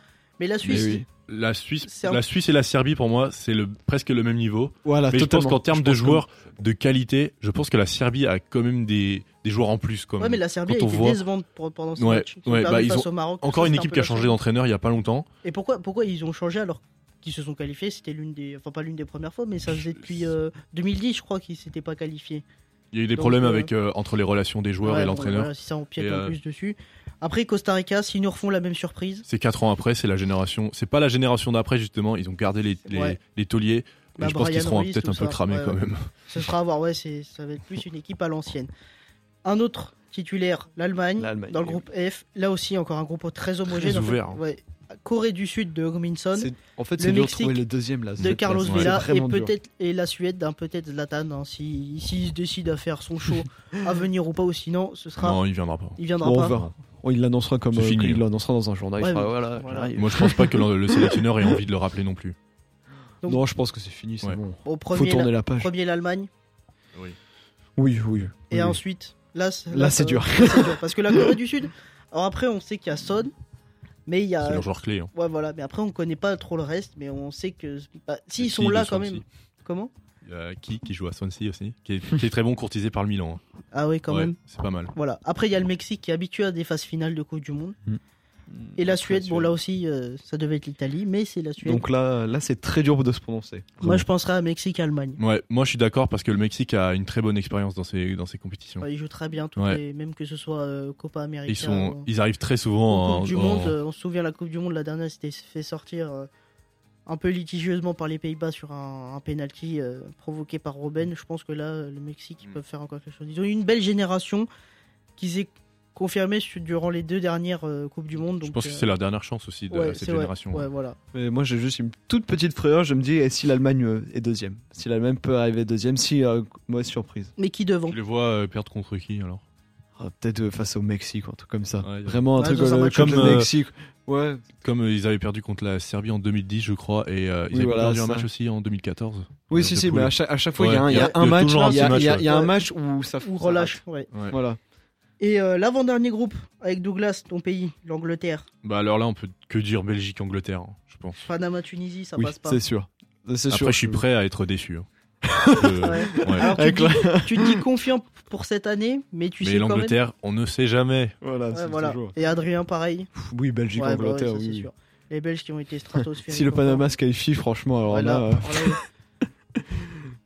Speaker 1: Mais la
Speaker 3: Mais
Speaker 1: Suisse,
Speaker 3: oui.
Speaker 2: La Suisse,
Speaker 1: C'est un- Ah,
Speaker 2: la Suisse et la Serbie, pour moi, c'est le, presque le même niveau.
Speaker 3: Voilà,
Speaker 2: Mais je pense
Speaker 3: totalement.
Speaker 2: qu'en termes de
Speaker 3: pense que-
Speaker 2: joueurs de qualité, je pense que la Serbie a quand même des, des joueurs en plus. Quand
Speaker 1: ouais,
Speaker 2: même.
Speaker 1: mais la Serbie a
Speaker 2: Quand on
Speaker 1: été
Speaker 2: voit-
Speaker 1: décevante pour- pendant ce
Speaker 2: Ouais,
Speaker 1: match. Ils ont
Speaker 2: ouais,
Speaker 1: perdu
Speaker 2: bah, ils
Speaker 1: face au Maroc.
Speaker 2: Encore
Speaker 1: Ça,
Speaker 2: une
Speaker 1: c'est un
Speaker 2: équipe
Speaker 1: peu
Speaker 2: qui a
Speaker 1: la
Speaker 2: changé
Speaker 1: chance.
Speaker 2: d'entraîneur il n'y a pas longtemps.
Speaker 1: Et pourquoi, pourquoi ils ont changé alors qu'ils se sont qualifiés C'était l'une des. Enfin, pas l'une des premières fois, mais ça faisait depuis euh, 2010, je crois, qu'ils s'étaient pas qualifiés.
Speaker 2: Il y a eu des
Speaker 1: Donc,
Speaker 2: problèmes
Speaker 1: euh,
Speaker 2: avec, euh, entre les relations des joueurs
Speaker 1: Ouais,
Speaker 2: et
Speaker 1: bon,
Speaker 2: l'entraîneur.
Speaker 1: voilà, si ça empiète
Speaker 2: Et,
Speaker 1: en
Speaker 2: euh,
Speaker 1: plus dessus. Après, Costa Rica, s'ils nous refont la même surprise,
Speaker 2: C'est 4 ans après, c'est la génération. C'est pas la génération d'après, justement. Ils ont gardé les, les,
Speaker 1: Ouais.
Speaker 2: les tauliers. Et
Speaker 1: Bah,
Speaker 2: je pense qu'ils
Speaker 1: Brian
Speaker 2: seront
Speaker 1: Ruiz,
Speaker 2: peut-être
Speaker 1: tout
Speaker 2: un peu
Speaker 1: ça,
Speaker 2: cramés
Speaker 1: ouais,
Speaker 2: quand
Speaker 1: ouais.
Speaker 2: même.
Speaker 1: ce sera à voir. Ouais, c'est- ça va être plus une équipe à l'ancienne. Un autre titulaire, l'Allemagne,
Speaker 3: L'Allemagne,
Speaker 1: dans le
Speaker 3: oui.
Speaker 1: groupe F. Là aussi, encore un groupe très homogène. en fait.
Speaker 2: ouvert, hein.
Speaker 1: Ouais. Corée du Sud de Hogminson.
Speaker 3: C'est- En fait,
Speaker 1: Le
Speaker 3: c'est dur de
Speaker 1: Mexique
Speaker 3: trouver le deuxième là.
Speaker 1: de Carlos
Speaker 2: ouais.
Speaker 1: Vela et
Speaker 3: C'est vraiment dur.
Speaker 1: peut-être et la Suède hein, peut-être Zlatan hein, si s'il se décide à faire son show à venir ou pas ou sinon ce sera
Speaker 2: Non, il viendra pas.
Speaker 1: il viendra
Speaker 3: Bon, on
Speaker 1: pas
Speaker 3: verra. Oh, il l'annoncera comme
Speaker 2: C'est
Speaker 3: euh,
Speaker 2: fini. hein.
Speaker 3: il l'annoncera dans un journal. Il
Speaker 1: Ouais,
Speaker 3: fera,
Speaker 1: mais-
Speaker 3: voilà,
Speaker 1: voilà.
Speaker 3: j'arrive.
Speaker 2: Moi, je pense pas que le, le sélectionneur ait envie de le rappeler non plus.
Speaker 1: Donc-
Speaker 3: Non, je pense que c'est fini, c'est
Speaker 2: Ouais.
Speaker 3: bon.
Speaker 1: au
Speaker 3: Faut
Speaker 1: premier la-
Speaker 3: tourner la page.
Speaker 1: premier l'Allemagne
Speaker 3: Oui, oui.
Speaker 1: et
Speaker 3: oui.
Speaker 1: ensuite là c'est-
Speaker 3: Là, c'est
Speaker 1: euh,
Speaker 3: dur.
Speaker 1: là, c'est dur, parce que la Corée du Sud alors après on sait qu'il y a Son mais il y
Speaker 2: C'est
Speaker 1: a
Speaker 2: leur joueur clé. hein.
Speaker 1: ouais voilà mais après on connaît pas trop le reste mais on sait que bah,
Speaker 2: Et
Speaker 1: s'ils
Speaker 2: qui
Speaker 1: sont
Speaker 2: de
Speaker 1: là quand
Speaker 2: Swansea
Speaker 1: même comment
Speaker 2: Il y a qui qui joue à Swansea aussi qui est, qui est très bon courtisé par le Milan. hein.
Speaker 1: ah oui quand
Speaker 2: Ouais,
Speaker 1: même
Speaker 2: C'est pas mal.
Speaker 1: voilà après il y a le Mexique qui est habitué à des phases finales de Coupe du Monde et la Suède bon là aussi euh, ça devait être l'Italie mais c'est la Suède
Speaker 3: Donc là, là c'est très dur de se prononcer.
Speaker 1: moi je penserais à Mexique Allemagne
Speaker 2: Ouais, moi je suis d'accord parce que le Mexique a une très bonne expérience dans ces dans ces compétitions.
Speaker 1: Ouais, ils jouent très bien, toutes
Speaker 2: Ouais.
Speaker 1: les- même que ce soit euh, Copa América.
Speaker 2: Ils sont,
Speaker 1: ou-
Speaker 2: ils arrivent très
Speaker 1: ou
Speaker 2: souvent en,
Speaker 1: euh, Coupe du
Speaker 2: en-
Speaker 1: Monde. euh, on se souvient, la Coupe du Monde, la dernière, c'était fait sortir euh, un peu litigieusement par les Pays-Bas sur un, un penalty euh, provoqué par Robben. Je pense que là, euh, le Mexique, ils
Speaker 2: Mm.
Speaker 1: peuvent faire encore quelque chose. Ils ont eu une belle génération qui s'est confirmée sur- durant les deux dernières euh, Coupes du Monde.
Speaker 2: Je
Speaker 1: donc,
Speaker 2: pense que
Speaker 1: euh,
Speaker 2: c'est leur dernière chance aussi de
Speaker 1: ouais,
Speaker 2: cette
Speaker 1: c'est vrai.
Speaker 2: génération. hein.
Speaker 1: Ouais, voilà.
Speaker 3: Mais moi, j'ai juste une toute petite frayeur. Je me dis, eh, si l'Allemagne euh, est deuxième Si l'Allemagne peut arriver deuxième, si euh, mauvaise surprise.
Speaker 1: Mais qui devant
Speaker 2: Tu les vois euh, perdre contre qui alors
Speaker 3: Ah, Peut-être euh, face au Mexique, un truc comme ça.
Speaker 2: Ouais,
Speaker 3: Vraiment un
Speaker 1: Ouais,
Speaker 3: truc
Speaker 1: dans un
Speaker 3: euh,
Speaker 1: match
Speaker 3: comme
Speaker 2: comme,
Speaker 3: le
Speaker 2: euh,
Speaker 3: Mexique. Ouais.
Speaker 2: Comme euh, ils avaient perdu contre la Serbie en 2010, je crois, et euh, ils
Speaker 3: Oui,
Speaker 2: avaient
Speaker 3: voilà,
Speaker 2: perdu un
Speaker 3: ça.
Speaker 2: match aussi en 2014.
Speaker 3: Oui,
Speaker 2: de-
Speaker 3: si,
Speaker 2: de
Speaker 3: si,
Speaker 2: poule.
Speaker 3: mais à chaque, à chaque fois, il y a
Speaker 2: Ouais,
Speaker 3: un- il y,
Speaker 2: il y
Speaker 3: a
Speaker 2: a-
Speaker 3: un
Speaker 2: il y a
Speaker 3: match.
Speaker 2: toujours un
Speaker 3: Il y a-
Speaker 2: petit
Speaker 3: il y a-
Speaker 2: match,
Speaker 3: il y a un
Speaker 1: ouais.
Speaker 3: match où ça
Speaker 1: Ou
Speaker 3: ça
Speaker 1: relâche. ouais.
Speaker 2: Ouais.
Speaker 3: rate. Voilà.
Speaker 1: Et euh, l'avant-dernier groupe, avec Douglas, ton pays, l'Angleterre,
Speaker 2: Bah alors là, on peut que dire Belgique-Angleterre, hein, je pense.
Speaker 1: Panama, Tunisie, ça
Speaker 3: Oui,
Speaker 1: passe pas.
Speaker 3: c'est sûr. C'est
Speaker 2: Après,
Speaker 3: sûr.
Speaker 2: je suis prêt à être déçu. hein. Parce que-
Speaker 1: Ouais.
Speaker 2: ouais.
Speaker 1: Alors, tu
Speaker 3: Avec
Speaker 1: dis-
Speaker 3: la-
Speaker 1: tu te dis confiant pour cette année, mais tu
Speaker 2: Mais
Speaker 1: sais quand même.
Speaker 2: l'Angleterre, on ne sait jamais.
Speaker 3: Voilà,
Speaker 1: Ouais,
Speaker 3: c'est
Speaker 1: voilà.
Speaker 3: toujours.
Speaker 1: Et Adrien, pareil.
Speaker 3: Pff, Oui, Belgique,
Speaker 1: Ouais, bah ouais,
Speaker 3: Angleterre,
Speaker 1: ça,
Speaker 3: oui,
Speaker 1: c'est
Speaker 3: oui.
Speaker 1: sûr. Les Belges qui ont été stratosphériques.
Speaker 3: Si le
Speaker 1: encore.
Speaker 3: Panama se qualifie, franchement, alors
Speaker 1: Voilà,
Speaker 3: là, euh,
Speaker 1: voilà.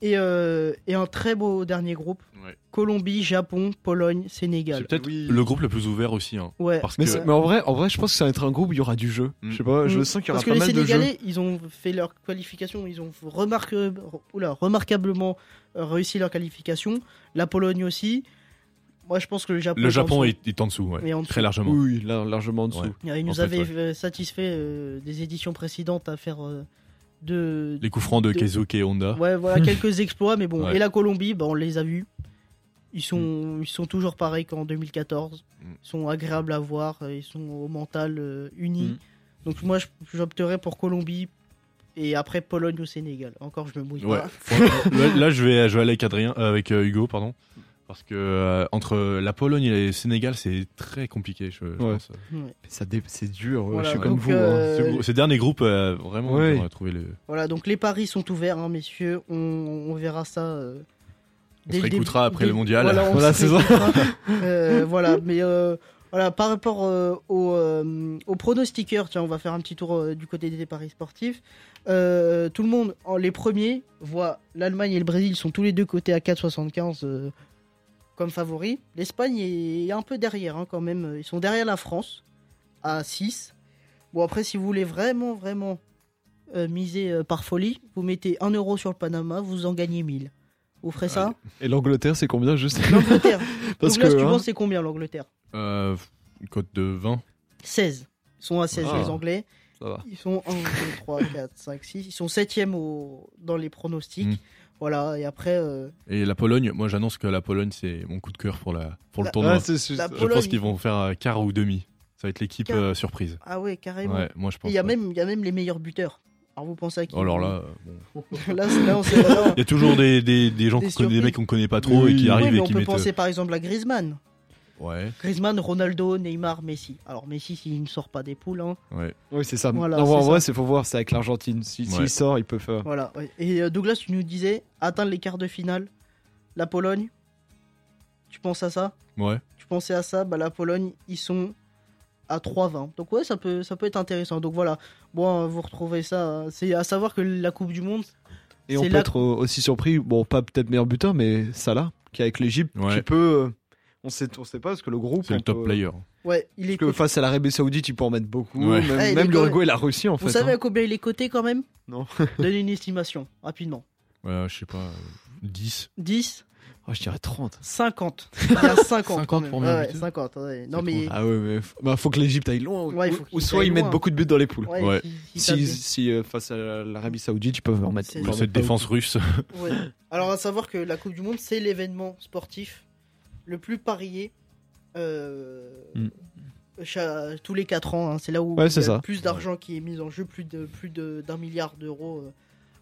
Speaker 1: et, euh, et un très beau dernier groupe
Speaker 2: Ouais.
Speaker 1: Colombie, Japon, Pologne,
Speaker 2: C'est
Speaker 1: Sénégal.
Speaker 2: peut-être
Speaker 3: Oui.
Speaker 2: le groupe le plus ouvert aussi. hein,
Speaker 1: Ouais.
Speaker 2: parce
Speaker 3: Mais,
Speaker 2: que
Speaker 3: c'est- mais en vrai, en vrai, je pense que ça va être un groupe où il y aura du jeu.
Speaker 2: Mm.
Speaker 3: Je sais pas, je
Speaker 1: Mm.
Speaker 3: sens qu'il y aura
Speaker 1: Parce que
Speaker 3: pas
Speaker 1: les
Speaker 3: mal de jeux.
Speaker 1: Sénégalais, ils ont fait leur qualification, ils ont remarque... Oula, remarquablement euh, réussi leur qualification. La Pologne aussi. Moi, je pense que le Japon.
Speaker 2: le
Speaker 1: est en
Speaker 2: Japon
Speaker 1: dessous.
Speaker 2: est, est en dessous, ouais.
Speaker 1: Mais en dessous.
Speaker 2: très largement.
Speaker 3: Oui, là, largement en dessous.
Speaker 2: Ouais.
Speaker 1: Il nous
Speaker 2: fait,
Speaker 1: avait
Speaker 2: ouais.
Speaker 1: euh, satisfait euh, des éditions précédentes à faire euh, de,
Speaker 2: Les coups francs de
Speaker 1: De-
Speaker 2: Keisuke et Honda.
Speaker 1: ouais, voilà, quelques exploits, mais bon.
Speaker 2: Ouais.
Speaker 1: Et la Colombie, bah, on les a vus. Ils sont, ils sont toujours pareils qu'en 2014.
Speaker 2: Mm.
Speaker 1: Ils sont agréables à voir, euh, ils sont au mental euh, unis.
Speaker 3: Mm.
Speaker 1: Donc moi, je- j'opterais pour Colombie et après Pologne ou Sénégal. Encore, je me mouille
Speaker 2: Ouais.
Speaker 1: pas.
Speaker 2: Faut- là, là, je vais, je vais aller avec Adrien, euh, avec euh, Hugo, pardon. Parce que euh, entre la Pologne et le Sénégal, c'est très compliqué, je, je
Speaker 3: Ouais.
Speaker 2: pense.
Speaker 3: Mais ça dé- C'est dur, ouais,
Speaker 1: Voilà,
Speaker 3: je suis
Speaker 1: ouais.
Speaker 3: comme
Speaker 1: Donc,
Speaker 3: vous. hein.
Speaker 1: euh,
Speaker 2: Ce grou- Ces derniers groupes, euh, vraiment,
Speaker 3: Ouais.
Speaker 2: on va trouver le.
Speaker 1: Voilà, donc les paris sont ouverts, hein, messieurs. On, on verra ça. euh,
Speaker 2: On
Speaker 1: dès
Speaker 2: se
Speaker 1: le début-
Speaker 2: réécoutera après
Speaker 1: dès-
Speaker 2: le mondial.
Speaker 1: Voilà, on
Speaker 3: Voilà,
Speaker 1: se
Speaker 3: c'est ça.
Speaker 1: réécoutera. Euh, voilà, mais euh, voilà, par rapport euh, aux euh, aux pronostiqueurs, tiens, on va faire un petit tour euh, du côté des paris sportifs. Euh, tout le monde, en, les premiers, voit l'Allemagne et le Brésil sont tous les deux cotés à 4,75 euh, comme favoris. L'Espagne est, est un peu derrière hein, quand même. Ils sont derrière la France à 6. Bon, après, si vous voulez vraiment, vraiment euh, miser euh, par folie, vous mettez 1 euro sur le Panama, vous en gagnez 1000. Vous ferez
Speaker 2: Ah,
Speaker 1: ça
Speaker 3: Et l'Angleterre, c'est combien juste
Speaker 1: L'Angleterre.
Speaker 3: Parce
Speaker 1: Douglas,
Speaker 3: que
Speaker 1: tu
Speaker 3: hein,
Speaker 1: penses c'est combien l'Angleterre
Speaker 2: Euh, une cote de 20.
Speaker 1: 16. Ils sont à 16
Speaker 3: Ah.
Speaker 1: les Anglais.
Speaker 3: Ça va.
Speaker 1: Ils sont 1, 2, 3, 4, 5, 6. Ils sont 7e au... dans les pronostics.
Speaker 2: Mm.
Speaker 1: Voilà, et après, euh,
Speaker 2: Et la Pologne, moi j'annonce que la Pologne c'est mon coup de cœur pour, la, pour le
Speaker 1: La-
Speaker 2: tournoi.
Speaker 3: c'est c'est-
Speaker 1: La
Speaker 2: je
Speaker 1: Bah, Pologne.
Speaker 2: pense qu'ils vont faire euh, quart ou demi. Ça va être l'équipe
Speaker 1: Quart.
Speaker 2: euh, surprise.
Speaker 1: ah ouais, carrément.
Speaker 2: Ouais, moi je
Speaker 1: Et
Speaker 2: pense.
Speaker 1: Il y, a
Speaker 2: ouais.
Speaker 1: même, il y a même les meilleurs buteurs. Alors vous pensez à qui
Speaker 2: Oh, alors là, euh, bon.
Speaker 1: Là, c'est- là, on sait vraiment.
Speaker 2: il y a toujours des, des, des gens
Speaker 1: Des
Speaker 2: qu'on connaît, des
Speaker 1: surprises.
Speaker 2: mecs qu'on connaît pas trop
Speaker 3: Oui,
Speaker 2: et qui
Speaker 3: oui,
Speaker 1: Oui,
Speaker 2: arrivent
Speaker 1: mais
Speaker 2: et
Speaker 1: on
Speaker 2: qui
Speaker 1: peut
Speaker 2: mettent. euh,
Speaker 1: penser par exemple à Griezmann.
Speaker 2: Ouais,
Speaker 1: Griezmann, Ronaldo, Neymar, Messi. Alors Messi, s'il ne sort pas des poules, hein.
Speaker 2: ouais.
Speaker 3: Oui, euh, c'est ça.
Speaker 1: Voilà,
Speaker 3: Non, en
Speaker 1: c'est
Speaker 3: vrai, c'est faut voir, c'est avec l'Argentine. Si- S'il
Speaker 2: Ouais.
Speaker 3: sort, il peut faire.
Speaker 1: Voilà. ouais. Et euh, Douglas, tu nous disais atteindre les quarts de finale, la Pologne. Tu penses à ça
Speaker 2: Ouais.
Speaker 1: Tu pensais à ça Bah la Pologne, ils sont à 3-20. Donc ouais, ça peut, ça peut être intéressant. Donc voilà. Bon, euh, vous retrouvez ça. hein. C'est à savoir que la Coupe du Monde.
Speaker 3: Et on
Speaker 1: C'est
Speaker 3: peut
Speaker 1: là-
Speaker 3: être au- aussi surpris, bon, pas peut-être meilleur buteur, mais Salah, qui est avec l'Égypte,
Speaker 2: Ouais.
Speaker 3: qui peut. euh, on sait, on sait pas, parce que le groupe.
Speaker 2: C'est
Speaker 3: on
Speaker 2: le top
Speaker 3: peut-
Speaker 2: player.
Speaker 1: Ouais, il est.
Speaker 3: Parce que face à l'Arabie Saoudite, il peut en mettre beaucoup.
Speaker 2: Ouais.
Speaker 3: Même,
Speaker 1: Ah, il est
Speaker 3: même
Speaker 1: quand
Speaker 3: l'Uruguay et la Russie, en
Speaker 1: Vous
Speaker 3: fait.
Speaker 1: savez
Speaker 3: hein.
Speaker 1: à combien il est coté quand même
Speaker 3: Non.
Speaker 1: Donnez une estimation rapidement.
Speaker 2: Ouais, je sais pas, euh, 10.
Speaker 1: 10,
Speaker 3: Oh, je dirais 30.
Speaker 1: 50. Il y a 50.
Speaker 2: 50
Speaker 1: Bah, quand même.
Speaker 2: pour
Speaker 1: Ouais,
Speaker 2: bien
Speaker 1: ouais,
Speaker 2: buter.
Speaker 1: 50. ouais. Non
Speaker 2: C'est
Speaker 1: mais.
Speaker 3: Ah ouais, mais f- bah, faut que l'Égypte aille loin.
Speaker 1: Ouais, il
Speaker 3: ou,
Speaker 1: faut
Speaker 3: ou
Speaker 1: qu'ils
Speaker 3: soit
Speaker 1: aillent
Speaker 3: ils mettent
Speaker 1: loin.
Speaker 3: beaucoup de buts dans les poules.
Speaker 1: Ouais,
Speaker 2: Ouais.
Speaker 1: si- si
Speaker 3: Si,
Speaker 1: t'as-
Speaker 3: si, euh, face à l'Arabie Saoudite, ils peuvent en mettre.
Speaker 1: C'est-
Speaker 3: ils
Speaker 1: Ou
Speaker 3: peuvent en
Speaker 2: Cette
Speaker 3: mettre
Speaker 2: défense russe.
Speaker 1: Ouais. Alors à savoir que la Coupe du Monde, c'est l'événement sportif le plus parié. euh,
Speaker 3: Mm.
Speaker 1: cha- tous les 4 ans, hein. c'est là où
Speaker 3: Ouais,
Speaker 1: il y
Speaker 3: c'est
Speaker 1: a
Speaker 3: ça.
Speaker 1: le plus d'argent qui est mis en jeu, plus de plus de- d'un milliard d'euros euh,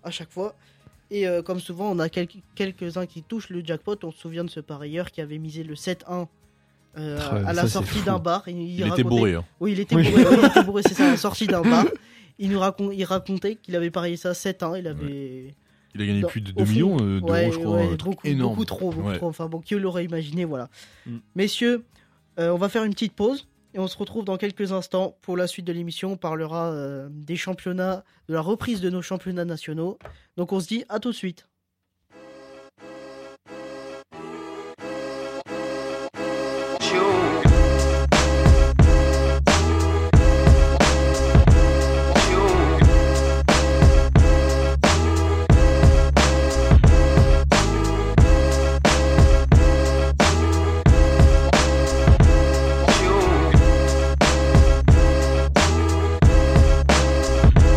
Speaker 1: à chaque fois. Et euh, comme souvent, on a quel- quelques-uns qui touchent le jackpot. On se souvient de ce parieur qui avait misé le 7-1 euh,
Speaker 3: Ah ouais,
Speaker 1: à
Speaker 3: mais
Speaker 1: la
Speaker 3: ça, c'est
Speaker 1: sortie
Speaker 3: fou.
Speaker 1: d'un bar. Et
Speaker 2: Il, était bourré. hein.
Speaker 1: oui, il était
Speaker 3: Oui.
Speaker 1: bourré, oui, il était bourré, c'est ça, à la sortie d'un bar. Il nous racon- il racontait qu'il avait parié ça 7-1, il avait...
Speaker 2: Il a gagné
Speaker 1: Dans-
Speaker 2: plus de
Speaker 1: au
Speaker 2: 2
Speaker 1: fond,
Speaker 2: millions euh, d'euros,
Speaker 1: ouais,
Speaker 2: je crois.
Speaker 1: ouais,
Speaker 2: un truc
Speaker 1: beaucoup,
Speaker 2: énorme.
Speaker 1: beaucoup trop, beaucoup
Speaker 2: Ouais.
Speaker 1: trop. Enfin bon, qui l'aurait imaginé, voilà.
Speaker 3: Mm.
Speaker 1: Messieurs, euh, on va faire une petite pause et on se retrouve dans quelques instants pour la suite de l'émission. On parlera euh, des championnats, de la reprise de nos championnats nationaux. Donc on se dit à tout de suite.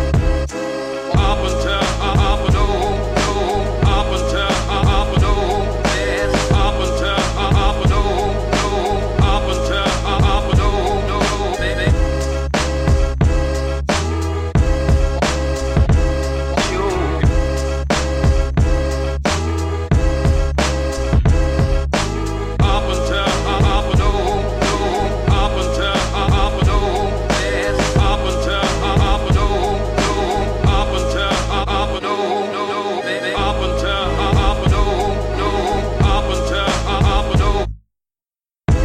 Speaker 4: Up until up and oh, up until up and oh, yes. Up until up and oh, up until up and oh, baby. Up until up and oh, up until up and oh, yes. Up until up and oh, up until up and oh, baby. Up until up and oh, up until up and oh.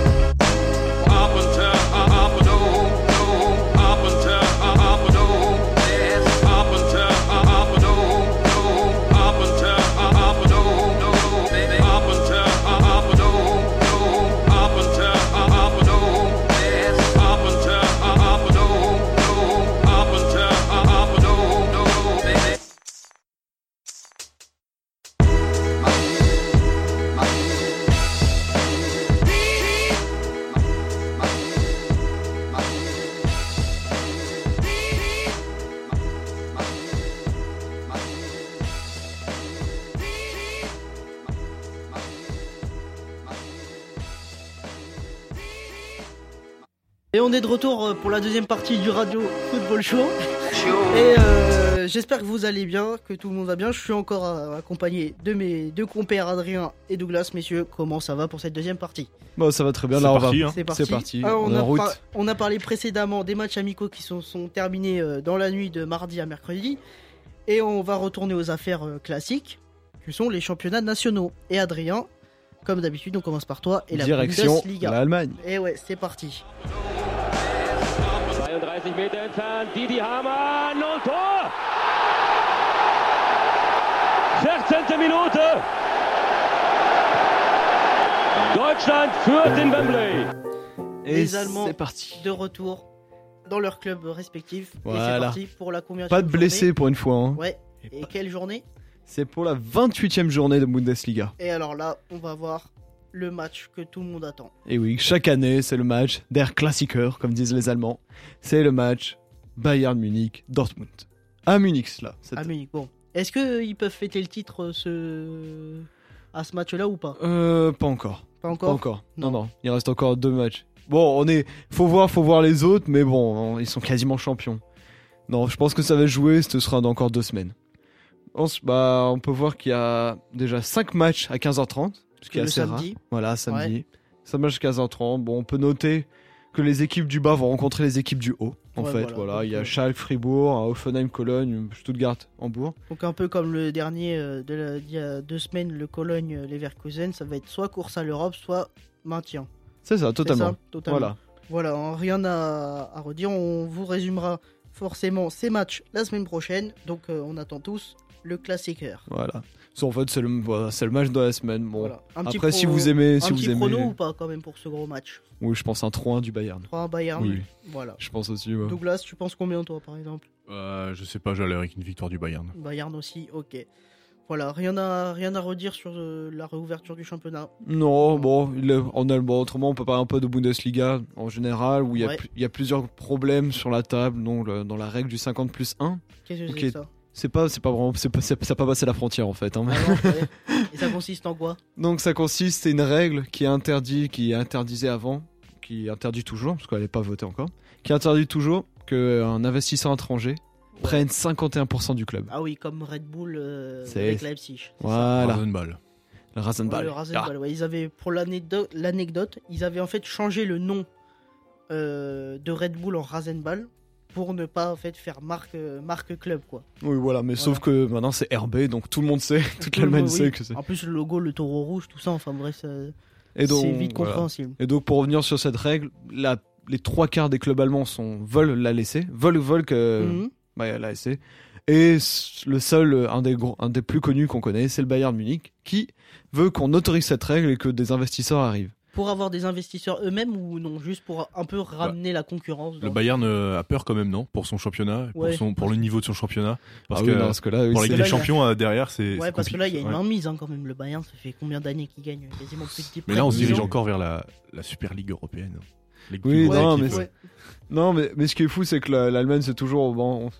Speaker 4: Up until up and oh, up until up and oh, yes. Up until up and oh, up until up and oh, baby. Up until up and oh, up until up and oh, yes. Up until up and oh, up until up and oh, baby.
Speaker 1: Et on est de retour euh, pour la deuxième partie du Radio Football Show. Et euh, j'espère que vous allez bien, que tout le monde va bien. Je suis encore euh, accompagné de mes deux compères Adrien et Douglas. Messieurs, comment ça va pour cette deuxième partie
Speaker 3: Bon, ça va très bien.
Speaker 2: C'est
Speaker 3: Là, on va.
Speaker 2: parti, hein.
Speaker 1: C'est parti.
Speaker 3: C'est parti,
Speaker 1: Alors,
Speaker 3: on est
Speaker 1: a
Speaker 3: en route.
Speaker 1: par- on a parlé précédemment des matchs amicaux qui sont, sont terminés euh, dans la nuit de mardi à mercredi. Et on va retourner aux affaires euh, classiques, qui sont les championnats nationaux. Et Adrien, comme d'habitude, on commence par toi et la
Speaker 3: Direction
Speaker 1: Bundesliga.
Speaker 3: l'Allemagne.
Speaker 1: Et ouais, c'est parti.
Speaker 5: 32 Meter entfernt, Didi Hamann und Tor! 14. Minute! Deutschland führt in Wembley.
Speaker 3: Et
Speaker 1: Les Allemands.
Speaker 3: c'est parti.
Speaker 1: de retour dans leur club respectif. Et
Speaker 3: Voilà.
Speaker 1: c'est parti pour la combien
Speaker 3: Pas de blessés pour une fois. hein.
Speaker 1: Ouais. Et quelle journée
Speaker 3: C'est pour la 28e journée de Bundesliga.
Speaker 1: Et alors là, on va voir le match que tout le monde attend.
Speaker 3: Et oui, chaque année, c'est le match der Klassiker, comme disent les Allemands. C'est le match Bayern Munich Dortmund. À Munich, là. cette-
Speaker 1: À Munich. Ah, Bon. Est-ce qu'ils peuvent fêter le titre euh, ce... à ce match-là ou pas
Speaker 3: Euh, pas encore.
Speaker 1: Pas
Speaker 3: Pas
Speaker 1: encore
Speaker 3: encore. Non,
Speaker 1: Non.
Speaker 3: non. Il reste encore deux matchs. Bon, on est. Faut voir, faut voir les autres, mais bon, on- ils sont quasiment champions. Non, je pense que ça va jouer. Ce sera dans encore deux semaines. On, s- bah, on peut voir qu'il y a déjà cinq matchs à 15h30, ce qui est
Speaker 1: Le
Speaker 3: assez rare.
Speaker 1: samedi.
Speaker 3: Voilà, samedi. Ça marche 15h30. Bon, on peut noter que les équipes du bas vont rencontrer les équipes du haut. En
Speaker 1: Ouais,
Speaker 3: fait,
Speaker 1: voilà.
Speaker 3: voilà.
Speaker 1: Donc,
Speaker 3: Il y a
Speaker 1: euh,
Speaker 3: Schalke, Fribourg, Offenheim, Cologne, Stuttgart, Hambourg.
Speaker 1: Donc un peu comme le dernier euh, de la- d'il y a deux semaines, le Cologne-Leverkusen, ça va être soit course à l'Europe, soit maintien.
Speaker 3: C'est ça,
Speaker 1: C'est
Speaker 3: totalement.
Speaker 1: ça Totalement.
Speaker 3: Voilà.
Speaker 1: Voilà, hein, rien à, à redire. On vous résumera forcément ces matchs la semaine prochaine. Donc euh, on attend tous le classiqueur.
Speaker 3: Voilà. Ça, en fait, c'est le, voilà, c'est le match de la semaine. Bon.
Speaker 1: Voilà. Un
Speaker 3: Après,
Speaker 1: petit
Speaker 3: si
Speaker 1: pro-
Speaker 3: vous aimez,
Speaker 1: un
Speaker 3: si vous
Speaker 1: petit
Speaker 3: aimez,
Speaker 1: prono ou pas quand même pour ce gros match
Speaker 3: oui, je pense un 3-1 du Bayern.
Speaker 1: 3 Bayern.
Speaker 2: Oui.
Speaker 1: Voilà.
Speaker 3: Je pense aussi. ouais.
Speaker 1: Douglas, tu penses combien toi par exemple
Speaker 2: Euh, je sais pas, j'allais avec une victoire du Bayern.
Speaker 1: Bayern aussi, ok. Voilà, rien à, rien à redire sur euh, la réouverture du championnat.
Speaker 3: Non, bon, il est- en Allemagne, autrement, on peut parler un peu de Bundesliga en général, où il y a
Speaker 1: Ouais.
Speaker 3: pl- il y, a plusieurs problèmes sur la table, dont le- dans la règle du 50 plus 1.
Speaker 1: Qu'est-ce que
Speaker 3: Ok.
Speaker 1: c'est que ça
Speaker 3: C'est pas, c'est pas vraiment, c'est pas, c'est- ça a pas passé la frontière en fait. hein.
Speaker 1: Ah non, ouais. Et ça consiste en quoi
Speaker 3: Donc ça consiste, c'est une règle qui est interdite, qui interdisait avant, qui interdit toujours, parce qu'elle n'est pas votée encore, qui interdit toujours qu'un investisseur étranger prenne 51% du club.
Speaker 1: Ah oui, comme Red Bull euh,
Speaker 3: C'est-
Speaker 1: avec Leipzig.
Speaker 3: Voilà,
Speaker 2: Rasenball.
Speaker 3: le
Speaker 1: Ouais,
Speaker 3: Rasenball.
Speaker 1: le Rasenball, ouais, ils avaient, pour l'anecdo- l'anecdote, ils avaient en fait changé le nom euh, de Red Bull en Rasenball pour ne pas en fait faire marque, euh, marque club quoi.
Speaker 3: Oui, voilà, mais sauf que maintenant c'est RB, donc tout le monde sait, toute
Speaker 1: Tout le
Speaker 3: l'Allemagne
Speaker 1: monde, oui. Ah,
Speaker 3: sait que c'est.
Speaker 1: En plus le logo, le taureau rouge, tout ça, enfin bref, ça-
Speaker 3: Et
Speaker 1: c'est vite
Speaker 3: voilà.
Speaker 1: compréhensible.
Speaker 3: Et donc pour revenir sur cette règle, la- les trois quarts des clubs allemands sont, veulent la laisser, veulent, veulent que
Speaker 1: Mhm.
Speaker 3: bah, la laisser. Et s- le seul, euh, un des, gros- un des plus connus qu'on connaît, c'est le Bayern Munich, qui veut qu'on autorise cette règle et que des investisseurs arrivent.
Speaker 1: Pour avoir des investisseurs eux-mêmes ou non, juste pour un peu ramener la concurrence. dans-
Speaker 2: Bah, Le Bayern euh, a peur quand même, non Pour son championnat, et
Speaker 1: Ouais.
Speaker 2: pour, son, pour le niveau de son championnat. Parce
Speaker 3: Ah
Speaker 2: que
Speaker 3: oui, non, parce que là, oui,
Speaker 2: pour la
Speaker 3: c'est-
Speaker 2: Ligue
Speaker 1: là,
Speaker 2: des
Speaker 1: il y a-
Speaker 2: Champions, euh, derrière, c'est.
Speaker 1: Ouais,
Speaker 2: c'est
Speaker 1: parce que là, il y a une
Speaker 2: compliqué. Ouais.
Speaker 1: mainmise hein, quand même. Le Bayern, ça fait combien d'années qu'il gagne Quasiment plus de 10
Speaker 2: Mais là, on se
Speaker 1: près de
Speaker 2: dirige
Speaker 1: 10 ans.
Speaker 2: encore vers la, la Super Ligue européenne. Les
Speaker 3: Oui,
Speaker 2: plus grosses
Speaker 3: non,
Speaker 2: équipes,
Speaker 3: mais
Speaker 2: euh,
Speaker 1: Ouais.
Speaker 3: Non, mais, mais ce qui est fou, c'est que la- l'Allemagne, c'est toujours. bon, on-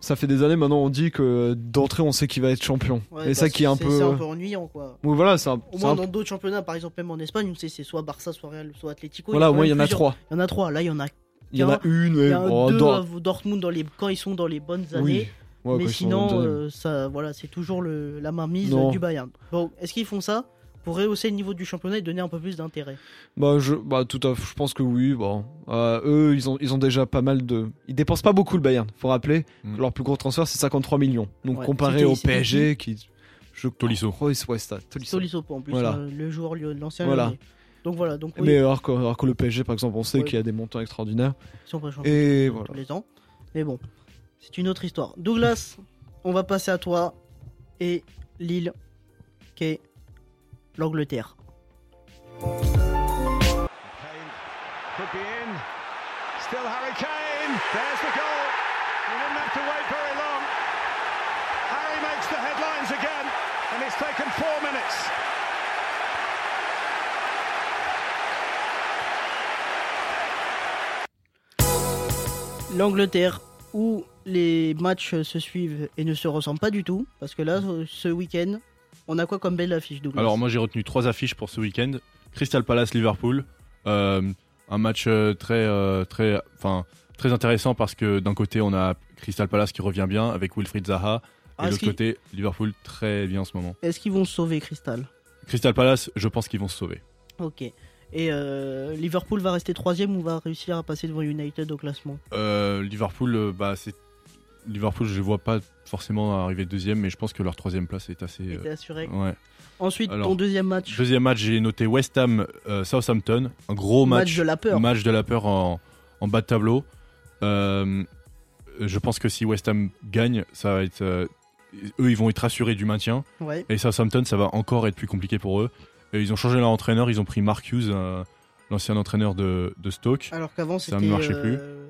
Speaker 3: ça fait des années maintenant, on dit que d'entrée, on sait qui va être champion.
Speaker 1: Ouais,
Speaker 3: et
Speaker 1: bah,
Speaker 3: ça qui est un
Speaker 1: c'est-
Speaker 3: peu.
Speaker 1: C'est un peu ennuyant, quoi.
Speaker 3: Oui, voilà, c'est un,
Speaker 1: Au
Speaker 3: c'est un
Speaker 1: moins, dans d'autres championnats, par exemple, même en Espagne, on sait c'est soit Barça, soit Real, soit Atlético.
Speaker 3: Voilà,
Speaker 1: a
Speaker 3: au
Speaker 1: quand
Speaker 3: moins il y
Speaker 1: même
Speaker 3: en a
Speaker 1: plusieurs.
Speaker 3: trois.
Speaker 1: Il y en a trois. Là, il y en a,
Speaker 3: Il y en a une, mais
Speaker 1: il y en a
Speaker 3: oh,
Speaker 1: deux
Speaker 3: Dor-
Speaker 1: à Dortmund dans les... quand ils sont dans les bonnes
Speaker 3: Oui.
Speaker 1: années.
Speaker 3: Ouais, quoi,
Speaker 1: mais
Speaker 3: ils sont dans
Speaker 1: sinon,
Speaker 3: le deuxième.
Speaker 1: euh, ça, voilà, c'est toujours le... la mainmise
Speaker 3: Non.
Speaker 1: euh, du Bayern. Bon, est-ce qu'ils font ça pour rehausser le niveau du championnat et donner un peu plus d'intérêt
Speaker 3: bah, je, bah, tout à fait, je pense que oui. Bon, Euh, eux, ils ont, ils ont déjà pas mal de. Ils dépensent pas beaucoup le Bayern. Faut rappeler,
Speaker 2: Mm.
Speaker 3: leur plus gros transfert c'est 53 millions. Donc
Speaker 1: Ouais.
Speaker 3: comparé
Speaker 1: C'était-
Speaker 3: au
Speaker 1: c'était
Speaker 3: PSG qui, je
Speaker 2: Tolisso.
Speaker 3: crois, ils ouais, c'est ça, Tolisso.
Speaker 1: Tolisso, en plus,
Speaker 3: Voilà.
Speaker 1: euh, le joueur, lyon- l'ancien.
Speaker 3: Voilà.
Speaker 1: Lyonnais. Donc voilà,
Speaker 2: Eh
Speaker 1: donc oui,
Speaker 2: ben,
Speaker 3: Mais alors que, alors que le PSG, par exemple, on sait
Speaker 1: Ouais. Ah.
Speaker 3: qu'il y a des montants extraordinaires.
Speaker 1: ils sont pas champions.
Speaker 3: Et
Speaker 1: tous
Speaker 3: voilà.
Speaker 1: les ans. Mais bon, c'est une autre histoire. Douglas, on va passer à toi et Lille, qui est l'Angleterre.
Speaker 6: Kane could be in. Still Harry Kane. There's the goal. He didn't have to wait very long. Harry makes the headlines again, and it's taken four minutes.
Speaker 1: L'Angleterre où les matchs se suivent et ne se ressemblent pas du tout, parce que là, ce week-end, on a quoi comme belle affiche, Douglas
Speaker 2: Alors moi j'ai retenu trois affiches pour ce week-end. Crystal Palace Liverpool, Euh, un match euh, très euh, très enfin très intéressant parce que d'un côté on a Crystal Palace qui revient bien avec Wilfried
Speaker 1: Ah,
Speaker 2: Zaha et de
Speaker 1: est-ce
Speaker 2: l'autre
Speaker 1: qu'ils-
Speaker 2: côté Liverpool très bien en ce moment.
Speaker 1: Est-ce qu'ils vont se sauver, Crystal
Speaker 2: Crystal Palace, je pense qu'ils vont se sauver.
Speaker 1: Ok. Et euh, Liverpool va rester troisième ou va réussir à passer devant United au classement
Speaker 2: Euh, Liverpool euh, bah c'est Liverpool, je les vois pas forcément arriver deuxième, mais je pense que leur troisième place est assez. euh,
Speaker 1: T'es assuré
Speaker 2: ouais.
Speaker 1: Ensuite,
Speaker 2: alors,
Speaker 1: ton deuxième match,
Speaker 2: Deuxième match, j'ai noté West Ham euh, Southampton, un gros match.
Speaker 1: match de la peur.
Speaker 2: Match de la peur en, en bas de tableau. Euh, je pense que si West Ham gagne, ça va être. euh, eux, ils vont être assurés du maintien.
Speaker 1: Ouais.
Speaker 2: Et Southampton, ça va encore être plus compliqué pour eux. Et ils ont changé leur entraîneur, ils ont pris Mark Hughes, un- l'ancien entraîneur de, de Stoke.
Speaker 1: Alors qu'avant, c'était.
Speaker 2: Ça ne marchait
Speaker 1: euh,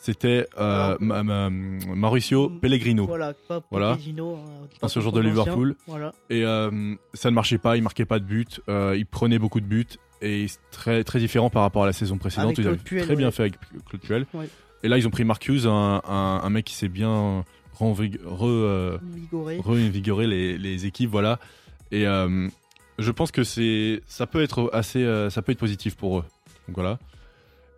Speaker 2: C'était euh,
Speaker 1: Alors-
Speaker 2: ma- ma- Mauricio
Speaker 1: Mm,
Speaker 2: Pellegrino.
Speaker 1: Voilà, pas
Speaker 2: Voilà.
Speaker 1: Pochettino, hein, pas
Speaker 2: Ancien joueur
Speaker 1: trop
Speaker 2: de
Speaker 1: ancien.
Speaker 2: Liverpool.
Speaker 1: Voilà.
Speaker 2: Et euh, ça ne marchait pas, il marquait pas de but, euh, il prenait beaucoup de buts et c'est très, très différent par rapport à la saison précédente.
Speaker 1: Avec
Speaker 2: ils
Speaker 1: Claude
Speaker 2: avaient
Speaker 1: Puel,
Speaker 2: très bien
Speaker 1: ouais.
Speaker 2: fait avec Claude Puel.
Speaker 1: Ouais.
Speaker 2: Et là, ils ont pris Marcus, un, un- un mec qui s'est bien renvig- re, euh,
Speaker 1: Vigoré.
Speaker 2: réinvigorer les, les équipes, voilà. Et euh, je pense que c'est ça peut être assez, euh, ça peut être positif pour eux. Donc voilà.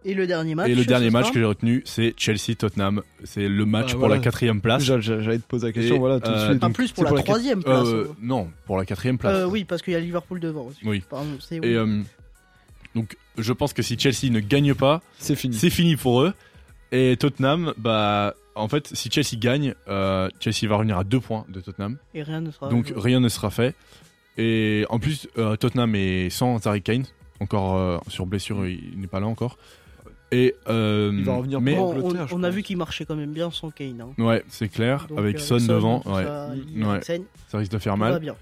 Speaker 1: Et le dernier match.
Speaker 2: Et le
Speaker 1: ce
Speaker 2: dernier match
Speaker 1: soir
Speaker 2: que j'ai retenu, c'est Chelsea Tottenham. C'est le match
Speaker 3: Bah,
Speaker 2: pour
Speaker 3: voilà.
Speaker 2: la quatrième place.
Speaker 3: J'a- j'a- J'allais te poser la question,
Speaker 2: Ah. Et,
Speaker 3: voilà, tout de
Speaker 2: euh,
Speaker 3: suite.
Speaker 2: Ah,
Speaker 1: En
Speaker 3: donc,
Speaker 1: plus
Speaker 3: c'est
Speaker 1: pour la
Speaker 3: la quatrième-
Speaker 1: troisième place.
Speaker 2: Euh,
Speaker 1: hein.
Speaker 2: non, pour la quatrième place.
Speaker 1: Euh, oui, parce qu'il y a Liverpool devant aussi.
Speaker 2: Oui.
Speaker 1: Pardon, c'est
Speaker 2: Et
Speaker 1: oui.
Speaker 2: euh, donc je pense que si Chelsea ne gagne pas,
Speaker 3: C'est fini.
Speaker 2: c'est fini pour eux. Et Tottenham, bah en fait, si Chelsea gagne, euh, Chelsea va revenir à deux points de Tottenham.
Speaker 1: Et rien ne sera.
Speaker 2: Donc
Speaker 1: joué.
Speaker 2: rien ne sera fait. Et en plus, euh, Tottenham est sans Harry Kane, encore euh, sur blessure, il il n'est pas là encore. Et euh,
Speaker 3: Il va revenir
Speaker 2: mais
Speaker 3: pour-
Speaker 1: Bon, on,
Speaker 3: Angleterre, je
Speaker 1: on a
Speaker 3: pense.
Speaker 1: vu qu'il marchait quand même bien sans Kane. hein.
Speaker 2: ouais, c'est clair,
Speaker 1: Donc, euh,
Speaker 2: avec Son devant,
Speaker 1: tout
Speaker 2: ouais,
Speaker 1: ça,
Speaker 3: Mm.
Speaker 1: Eriksen,
Speaker 2: ça risque de faire
Speaker 1: tout
Speaker 2: mal.
Speaker 1: va bien.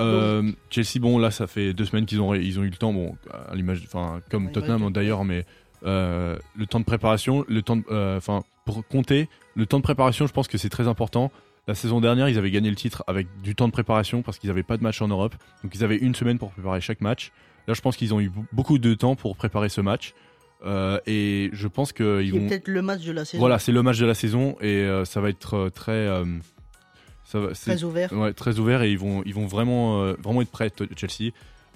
Speaker 2: Euh, Chelsea, bon, là, ça fait deux semaines qu'ils ont, ré- ils ont eu le temps, bon, à l'image, enfin, comme
Speaker 1: Ouais,
Speaker 2: Tottenham
Speaker 1: ouais,
Speaker 2: d'ailleurs, mais euh, le temps de préparation, le temps, de- euh, enfin, pour compter, le temps de préparation, je pense que c'est très important. La saison dernière, ils avaient gagné le titre avec du temps de préparation parce qu'ils n'avaient pas de match en Europe, donc ils avaient une semaine pour préparer chaque match. Là, je pense qu'ils ont eu b- beaucoup de temps pour préparer ce match, Euh, et je pense qu'ils
Speaker 1: Qui est
Speaker 2: vont.
Speaker 1: peut-être le match de la saison.
Speaker 2: Voilà, c'est le match de la saison et euh, ça va être euh, très. euh, ça va, c'est-
Speaker 1: Très ouvert.
Speaker 2: Ouais, très ouvert et ils vont, ils vont vraiment, euh, vraiment être prêts, Tot- Chelsea.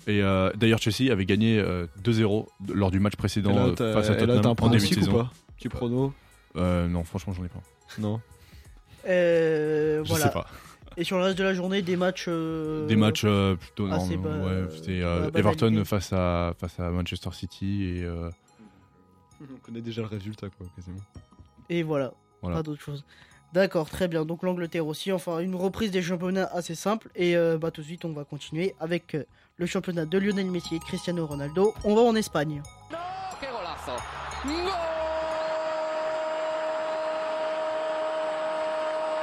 Speaker 2: Et euh, d'ailleurs, Chelsea avait gagné euh, 2-0 de- lors du match précédent
Speaker 3: Et là,
Speaker 2: euh,
Speaker 3: t'as-
Speaker 2: face à
Speaker 3: et là,
Speaker 2: Tottenham
Speaker 3: t'as un
Speaker 2: en début de
Speaker 3: pronostic ou
Speaker 2: saison.
Speaker 3: pas Petit prono
Speaker 2: Euh, non, franchement, j'en ai pas.
Speaker 3: Non.
Speaker 1: Euh,
Speaker 2: Je
Speaker 1: voilà.
Speaker 2: sais pas.
Speaker 1: Et sur le reste de la journée, des matchs. euh,
Speaker 2: Des matchs euh, plutôt.
Speaker 1: ah,
Speaker 2: non,
Speaker 1: c'est
Speaker 2: non,
Speaker 1: pas-
Speaker 2: ouais, c'était euh,
Speaker 1: la banalité.
Speaker 2: Everton face à, face à Manchester City et. euh,
Speaker 3: On connaît déjà le résultat, quoi, quasiment.
Speaker 1: Et voilà.
Speaker 2: Voilà.
Speaker 1: Pas d'autre chose. D'accord, très bien. Donc l'Angleterre aussi. Enfin, une reprise des championnats assez simple. Et euh, bah, tout de suite, on va continuer avec euh, le championnat de Lionel Messi et de Cristiano Ronaldo. On va en Espagne.
Speaker 7: Che golazo!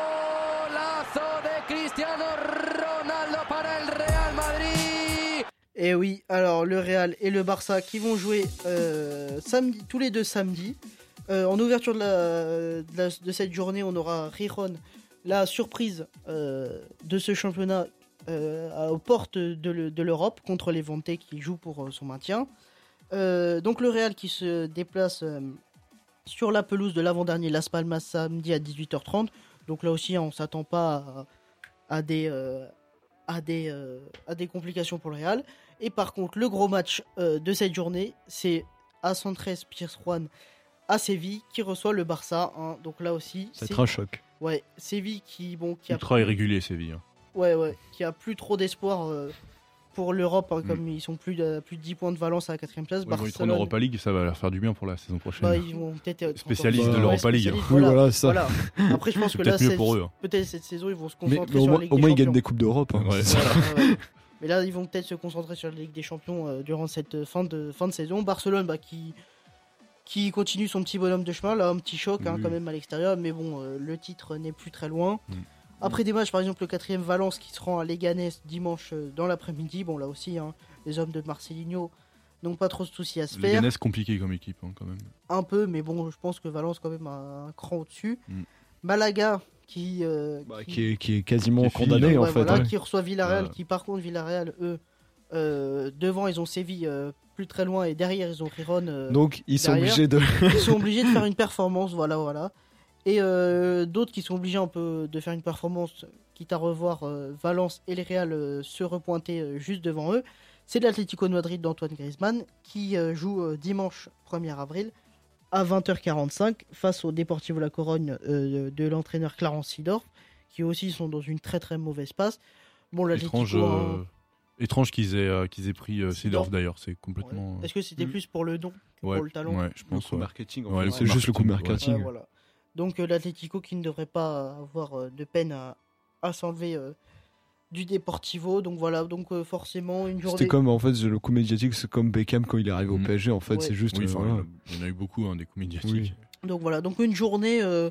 Speaker 7: Golazo de Cristiano Ronaldo para el Real Madrid.
Speaker 1: Et Eh oui, alors le Real et le Barça qui vont jouer euh, samedi, tous les deux samedis. Euh, en ouverture de, la- de, la- de cette journée, on aura Rijon, la surprise euh, de ce championnat euh, à- aux portes de, le- de l'Europe contre les Vantés qui jouent pour euh, son maintien. Euh, donc le Real qui se déplace euh, sur la pelouse de l'avant-dernier Las Palmas samedi à 18h30. Donc là aussi, on s'attend pas à, à des, euh, à, des, euh, à des complications pour le Real. Et par contre, le gros match euh, de cette journée, c'est à 113 Pierce Juan à Séville qui reçoit le Barça. hein. Donc là aussi,
Speaker 3: Ça va
Speaker 1: c'est-
Speaker 3: être un choc.
Speaker 1: ouais, Séville qui, bon, qui a
Speaker 2: ultra irrégulier, Séville. hein.
Speaker 1: ouais, ouais, qui a plus trop d'espoir euh, pour l'Europe, hein, comme ils sont plus de, plus de 10 points de Valence à la quatrième place.
Speaker 2: Mm. Ils vont être en
Speaker 1: Barcelone,
Speaker 2: Europa League, ça va leur faire du bien pour la saison prochaine.
Speaker 1: bah, ils vont peut-être être
Speaker 2: Spécialistes
Speaker 1: encore-
Speaker 3: de
Speaker 2: l'Europa
Speaker 1: Ouais,
Speaker 2: League.
Speaker 1: spécialistes,
Speaker 3: Oui,
Speaker 1: voilà.
Speaker 3: voilà, ça.
Speaker 1: Voilà. Après, je pense que
Speaker 2: C'est
Speaker 1: là,
Speaker 2: peut-être mieux
Speaker 1: c'est-
Speaker 2: pour eux. hein.
Speaker 1: peut-être cette saison, ils vont se
Speaker 3: Mais,
Speaker 1: concentrer
Speaker 3: mais au
Speaker 1: sur la
Speaker 3: moins,
Speaker 1: Ligue
Speaker 3: au
Speaker 1: des
Speaker 3: moins, ils
Speaker 1: Champions.
Speaker 3: gagnent des Coupes d'Europe. hein.
Speaker 2: Ouais.
Speaker 3: C'est ça.
Speaker 1: Ouais, ouais. Mais là, ils vont peut-être se concentrer sur la Ligue des Champions euh, durant cette euh, fin de, fin de saison. Barcelone, bah, qui, qui continue son petit bonhomme de chemin, là, un petit choc hein,
Speaker 2: Oui.
Speaker 1: quand même à l'extérieur, mais bon, euh, le titre n'est plus très loin.
Speaker 2: Mm.
Speaker 1: Après des matchs, par exemple, le quatrième Valence qui se rend à Leganés dimanche euh, dans l'après-midi. Bon, là aussi, hein, les hommes de Marcelinho n'ont pas trop de soucis à se
Speaker 2: Les
Speaker 1: faire
Speaker 2: Ganes compliqués comme équipe, hein, quand même.
Speaker 1: un peu, mais bon, je pense que Valence quand même a un cran au-dessus.
Speaker 2: Mm.
Speaker 1: Malaga qui, euh,
Speaker 3: Bah,
Speaker 1: qui-
Speaker 3: qui, est, qui est quasiment
Speaker 2: Qui est fini,
Speaker 1: ouais,
Speaker 3: condamné, en fait.
Speaker 1: voilà,
Speaker 3: hein.
Speaker 1: qui reçoit Villarreal,
Speaker 2: Ouais.
Speaker 1: qui par contre Villarreal, eux, euh, devant ils ont Séville euh, plus très loin et derrière ils ont Riron. euh,
Speaker 3: Donc, ils sont
Speaker 1: derrière.
Speaker 3: obligés de.
Speaker 1: ils sont obligés de faire une performance, voilà, voilà. Et euh, d'autres qui sont obligés un peu de faire une performance, quitte à revoir euh, Valence et les Real euh, se repointer euh, juste devant eux, c'est l'Atlético de Madrid d'Antoine Griezmann qui euh, joue euh, dimanche 1er avril à 20h45 face au Deportivo La Corogne euh, de l'entraîneur Clarence Sidorf, qui aussi sont dans une très très mauvaise passe. Bon, l'Atlético.
Speaker 2: Étrange,
Speaker 1: hein,
Speaker 2: euh, étrange qu'ils aient, euh, qu'ils aient pris euh, Seedorf, d'ailleurs, c'est complètement.
Speaker 1: ouais.
Speaker 2: euh,
Speaker 1: Est-ce que c'était
Speaker 3: Mm.
Speaker 1: plus pour le don que
Speaker 2: Ouais,
Speaker 1: pour le talent
Speaker 2: ouais, je pense. ouais.
Speaker 3: marketing,
Speaker 2: en Ouais, fait. le
Speaker 3: C'est juste le coup
Speaker 2: marketing,
Speaker 3: marketing.
Speaker 1: Ouais, voilà. Donc euh, l'Atlético qui ne devrait pas avoir euh, de peine à, à s'enlever euh, du Deportivo. Donc voilà, donc euh, forcément une journée.
Speaker 3: C'était comme, en fait, le coup médiatique, c'est comme Beckham quand il est arrivé au
Speaker 2: Mm.
Speaker 3: PSG, en fait.
Speaker 1: Ouais.
Speaker 3: C'est juste.
Speaker 2: Oui,
Speaker 3: euh,
Speaker 2: enfin,
Speaker 3: voilà.
Speaker 2: il y en a eu beaucoup, hein, des coups médiatiques.
Speaker 3: Oui.
Speaker 1: Donc voilà, donc une journée euh,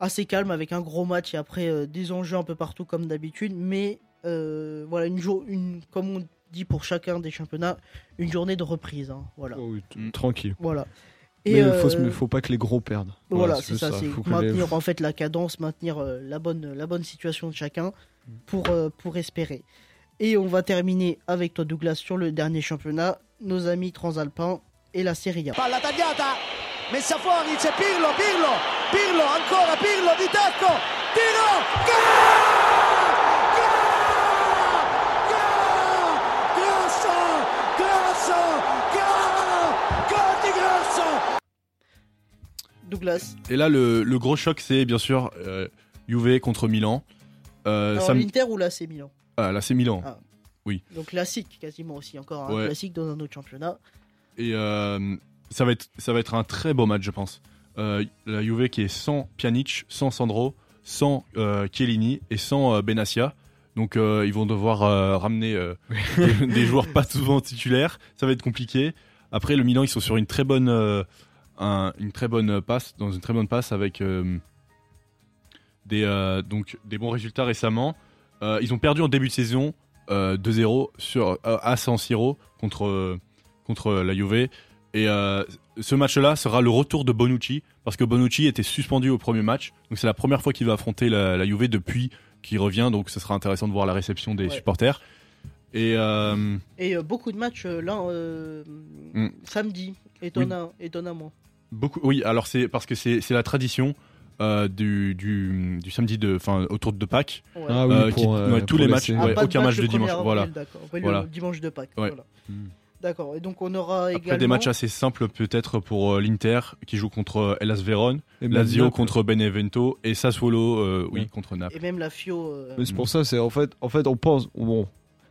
Speaker 1: assez calme avec un gros match et après euh, des enjeux un peu partout comme d'habitude. Mais euh, voilà, une, jour- une, comme on dit pour chacun des championnats une journée de reprise. hein, Voilà.
Speaker 3: Oh oui, t-
Speaker 2: Mm.
Speaker 3: Tranquille.
Speaker 1: Voilà.
Speaker 3: Mais il faut, se-
Speaker 1: euh,
Speaker 3: mais faut pas que les gros perdent.
Speaker 1: Voilà, c'est ça, c'est
Speaker 3: faut que les-
Speaker 1: maintenir en fait la cadence, maintenir euh, la bonne la bonne situation de chacun pour
Speaker 2: Mm.
Speaker 1: euh, pour espérer. Et on va terminer avec toi Douglas sur le dernier championnat, nos amis transalpins et la Serie A.
Speaker 8: Palla tagliata, messa fuori, c'è Pirlo, Pirlo, Pirlo, ancora Pirlo di tacco, tiro, gol! Gol! Gol! Grosso, grosso, gol! Gol di grosso!
Speaker 1: Douglas,
Speaker 2: Et là, le, le gros choc, c'est bien sûr euh, Juve contre Milan. Euh,
Speaker 1: alors
Speaker 2: sam-
Speaker 1: l'Inter ou l'AC Milan
Speaker 2: ah, là, c'est Milan.
Speaker 1: Ah. Donc classique quasiment aussi encore un
Speaker 2: Ouais.
Speaker 1: classique dans un autre championnat.
Speaker 2: Et euh, ça, va être, ça va être un très beau match, je pense. Euh, la Juve qui est sans Pjanic, sans Sandro, sans euh, Chiellini et sans euh, Benassia. Donc euh, ils vont devoir euh, ramener euh, des, des joueurs pas souvent titulaires. Ça va être compliqué. Après le Milan, ils sont sur une très bonne, euh, un- une très bonne passe, dans une très bonne passe avec euh, des, euh, donc, des bons résultats récemment. Euh, ils ont perdu en début de saison euh, 2-0 sur euh, à San Siro contre euh, contre la Juve. Et euh, ce match-là sera le retour de Bonucci, parce que Bonucci était suspendu au premier match. Donc c'est la première fois qu'il va affronter la, la Juve depuis qu'il revient. Donc ce sera intéressant de voir la réception des
Speaker 1: Ouais.
Speaker 2: supporters. Et euh,
Speaker 1: Et euh, beaucoup de matchs euh, là euh,
Speaker 2: Mm.
Speaker 1: samedi étonnant, étonnamment.
Speaker 2: beaucoup, oui, alors c'est parce que c'est c'est la tradition euh, du, du, du samedi de, enfin, autour de Pâques.
Speaker 1: Ouais.
Speaker 3: Ah oui,
Speaker 2: Euh,
Speaker 3: pour,
Speaker 2: qui-
Speaker 3: euh,
Speaker 2: ouais, tous
Speaker 3: pour
Speaker 2: les
Speaker 3: laisser-
Speaker 2: matchs,
Speaker 1: Ah,
Speaker 2: ouais.
Speaker 1: pas
Speaker 2: aucun match
Speaker 1: le
Speaker 2: de dimanche,
Speaker 1: 1er
Speaker 2: voilà.
Speaker 1: avril, d'accord. Ouais, le
Speaker 2: Voilà.
Speaker 1: dimanche de Pâques.
Speaker 2: Ouais.
Speaker 1: voilà.
Speaker 3: Mm.
Speaker 1: D'accord. Et donc on aura
Speaker 2: Après
Speaker 1: également
Speaker 2: des matchs assez simples peut-être pour euh, l'Inter qui joue contre euh, Hellas Vérone,
Speaker 3: Et même
Speaker 2: Lazio
Speaker 3: Naples.
Speaker 2: contre Benevento et Sassuolo, euh, oui,
Speaker 3: Ouais.
Speaker 2: contre Naples.
Speaker 1: et même la FIO. euh,
Speaker 3: Mais c'est pour ça, c'est en fait, en fait, on pense, bon,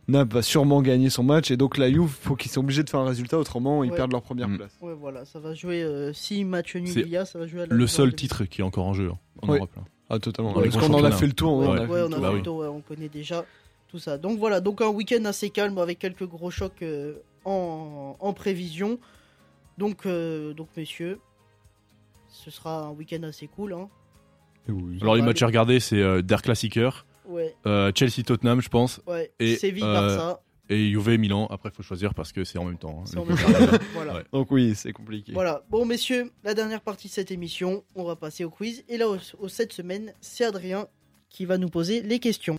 Speaker 3: Naples va sûrement gagner son match et donc la Juve, faut qu'ils soient obligés de faire un résultat, autrement ils
Speaker 1: Ouais.
Speaker 3: perdent leur première
Speaker 2: Mm.
Speaker 3: place.
Speaker 1: Ouais, voilà, ça va jouer. euh, si match nul
Speaker 2: C'est
Speaker 1: il y a, ça va jouer à la
Speaker 2: Le
Speaker 1: fin
Speaker 2: seul
Speaker 1: de-
Speaker 2: titre qui est encore en jeu hein, en
Speaker 3: Oui.
Speaker 2: Europe. là.
Speaker 3: Ah totalement.
Speaker 2: Dans les
Speaker 3: Parce
Speaker 2: gros
Speaker 3: qu'on en a
Speaker 2: championnats.
Speaker 3: fait le tour,
Speaker 1: Ouais,
Speaker 3: on en
Speaker 1: ouais,
Speaker 3: a
Speaker 1: on,
Speaker 3: fait
Speaker 1: a fait
Speaker 3: le tour.
Speaker 2: Bah
Speaker 1: le
Speaker 2: oui.
Speaker 1: tour, ouais, on connaît déjà tout ça. Donc voilà, donc un week-end assez calme avec quelques gros chocs euh, en, en prévision. Donc, euh, donc messieurs, ce sera un week-end assez cool. Hein.
Speaker 2: Alors les
Speaker 1: Bah,
Speaker 2: matchs à regarder, c'est euh, Der Klassiker,
Speaker 1: Ouais,
Speaker 2: euh, Chelsea-Tottenham, je pense,
Speaker 1: ouais.
Speaker 2: Et,
Speaker 1: Séville,
Speaker 2: euh,
Speaker 1: Barça.
Speaker 2: et Juve-Milan. Après, faut choisir parce que c'est en même temps. hein.
Speaker 1: c'est en
Speaker 2: Le-
Speaker 1: même temps. voilà.
Speaker 2: Ouais.
Speaker 3: Donc oui, c'est compliqué.
Speaker 1: Voilà, bon messieurs, la dernière partie de cette émission, on va passer au quiz. Et là, au, au- cette semaine, c'est Adrien qui va nous poser les questions.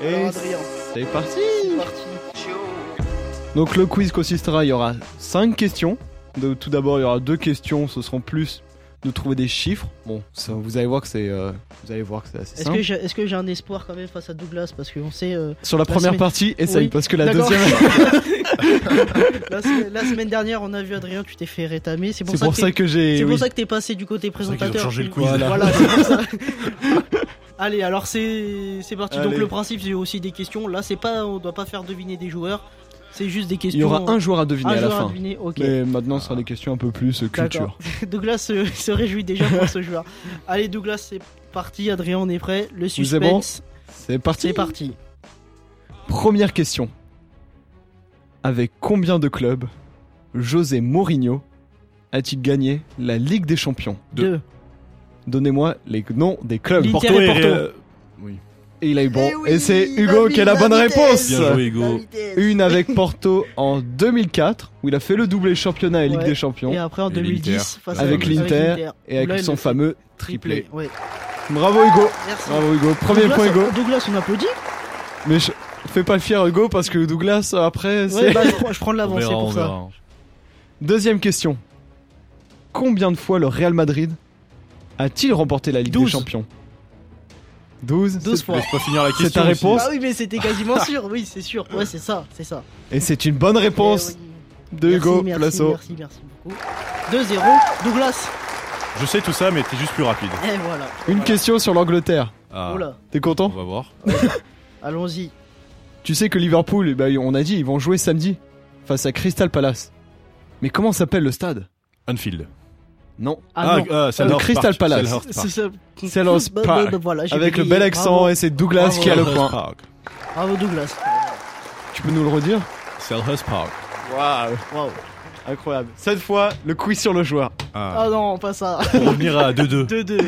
Speaker 1: Alors
Speaker 3: Et
Speaker 1: Adrien,
Speaker 3: c'est parti.
Speaker 1: c'est parti.
Speaker 3: Donc le quiz consistera, il y aura 5 questions. De- tout d'abord, il y aura deux questions, ce seront plus de trouver des chiffres. Bon, ça, vous allez voir que c'est, euh, vous allez voir que c'est assez
Speaker 1: Est-ce
Speaker 3: simple.
Speaker 1: que j'ai est-ce que j'ai un espoir quand même face à Douglas Parce qu'on sait... euh,
Speaker 3: Sur la première
Speaker 1: semaine-
Speaker 3: partie, essaye
Speaker 1: Oui.
Speaker 3: parce que la
Speaker 1: D'accord.
Speaker 3: deuxième.
Speaker 1: la, se- la semaine dernière, on a vu Adrien, tu t'es fait rétamer. C'est pour,
Speaker 3: c'est pour
Speaker 1: ça
Speaker 3: ça
Speaker 1: que t'es-
Speaker 3: que j'ai.
Speaker 1: c'est pour
Speaker 3: oui.
Speaker 1: ça que t'es passé du côté
Speaker 2: ça qu'ils ont
Speaker 1: présentateur.
Speaker 2: changé le
Speaker 1: tu-
Speaker 2: quiz.
Speaker 1: Voilà, c'est pour ça. Allez, alors c'est c'est parti. Donc
Speaker 3: Allez.
Speaker 1: le principe, c'est aussi des questions. Là, c'est pas, on doit pas faire deviner des joueurs. C'est juste des questions.
Speaker 3: Il y aura un joueur à deviner
Speaker 1: un
Speaker 3: à la
Speaker 1: joueur à
Speaker 3: fin.
Speaker 1: deviner. Ok.
Speaker 3: Mais maintenant, ce sera des questions un peu plus euh, culture.
Speaker 1: D'accord. Douglas se, se réjouit déjà pour ce joueur. Allez, Douglas, c'est parti. Adrien, on est prêt. Le
Speaker 3: C'est bon
Speaker 1: suspense.
Speaker 3: C'est parti.
Speaker 1: C'est parti.
Speaker 3: Première question. Avec combien de clubs José Mourinho a-t-il gagné la Ligue des Champions
Speaker 1: Deux.
Speaker 3: Donnez-moi les noms des clubs.
Speaker 1: Ligue- Inter
Speaker 2: Porto
Speaker 1: et
Speaker 2: et
Speaker 1: Porto.
Speaker 2: euh, oui.
Speaker 3: Et il a eu bon.
Speaker 8: Eh oui,
Speaker 3: et c'est
Speaker 8: la
Speaker 3: Hugo
Speaker 8: vie,
Speaker 3: qui a la
Speaker 8: la
Speaker 3: bonne
Speaker 8: vitesse.
Speaker 3: réponse.
Speaker 2: Bien joué, Hugo.
Speaker 3: Une avec Porto en 2004 où il a fait le doublé championnat et Ligue
Speaker 1: Ouais.
Speaker 3: des Champions
Speaker 1: Et après en
Speaker 2: Et
Speaker 1: 2010,
Speaker 2: l'Inter.
Speaker 1: face à-
Speaker 3: avec
Speaker 2: avec
Speaker 3: l'Inter et
Speaker 1: Là,
Speaker 3: avec
Speaker 1: il
Speaker 3: son
Speaker 1: le fait
Speaker 3: fameux
Speaker 1: triplé.
Speaker 3: triplé.
Speaker 1: Ouais.
Speaker 3: Bravo Hugo.
Speaker 1: Merci.
Speaker 3: Bravo Hugo. Premier
Speaker 1: Douglas,
Speaker 3: point Hugo.
Speaker 1: Douglas, on applaudit.
Speaker 3: Mais je... fais pas le fier Hugo parce que Douglas après c'est
Speaker 1: Ouais, bah, je, prends- je prends de
Speaker 2: On
Speaker 1: l'avancée
Speaker 2: verra, on
Speaker 1: pour ça.
Speaker 2: verra. hein.
Speaker 3: Deuxième question. Combien de fois le Real Madrid a-t-il remporté la Ligue
Speaker 1: 12.
Speaker 3: des Champions 12.
Speaker 1: 12
Speaker 3: c'est-
Speaker 1: fois.
Speaker 2: Laisse pas finir la
Speaker 3: C'est
Speaker 2: question.
Speaker 3: ta
Speaker 2: aussi.
Speaker 3: réponse
Speaker 1: Bah oui, mais c'était quasiment sûr. Oui, c'est sûr. Ouais, c'est ça, c'est ça.
Speaker 3: Et c'est une bonne réponse
Speaker 1: Eh oui.
Speaker 3: de
Speaker 1: Merci,
Speaker 3: Hugo
Speaker 1: merci,
Speaker 3: Plasso.
Speaker 1: Merci, merci beaucoup. 2-0, Douglas.
Speaker 2: Je sais tout ça, mais t'es juste plus rapide.
Speaker 1: Et voilà.
Speaker 3: Une question sur l'Angleterre.
Speaker 2: Ah,
Speaker 1: Oula,
Speaker 3: T'es
Speaker 2: on
Speaker 3: content
Speaker 2: va voir.
Speaker 1: allons-y.
Speaker 3: Tu sais que Liverpool, eh ben, on a dit, ils vont jouer samedi face à Crystal Palace. Mais comment s'appelle le stade
Speaker 2: Anfield.
Speaker 3: Non.
Speaker 1: Ah, non.
Speaker 2: ah, c'est
Speaker 3: Le
Speaker 2: Lord
Speaker 3: Crystal
Speaker 2: Park,
Speaker 3: Palace.
Speaker 2: c'est Lord
Speaker 1: C'est
Speaker 2: Park.
Speaker 1: ça.
Speaker 3: C'est Lens
Speaker 1: Bah,
Speaker 3: Park.
Speaker 1: bah, bah, voilà, j'ai
Speaker 3: Ah. Avec le
Speaker 1: bégayé.
Speaker 3: bel accent
Speaker 1: Bravo.
Speaker 3: et Ah. c'est Douglas qui a le
Speaker 2: Selhurst
Speaker 3: point.
Speaker 2: Park.
Speaker 1: Bravo, Douglas.
Speaker 3: Tu peux nous le redire
Speaker 2: Selhurst Park.
Speaker 3: Waouh,
Speaker 1: Waouh.
Speaker 3: incroyable. Cette fois, le quiz sur le joueur.
Speaker 2: Ah.
Speaker 1: Ah non, pas ça.
Speaker 2: Pour revenir à 2-2.
Speaker 1: 2-2.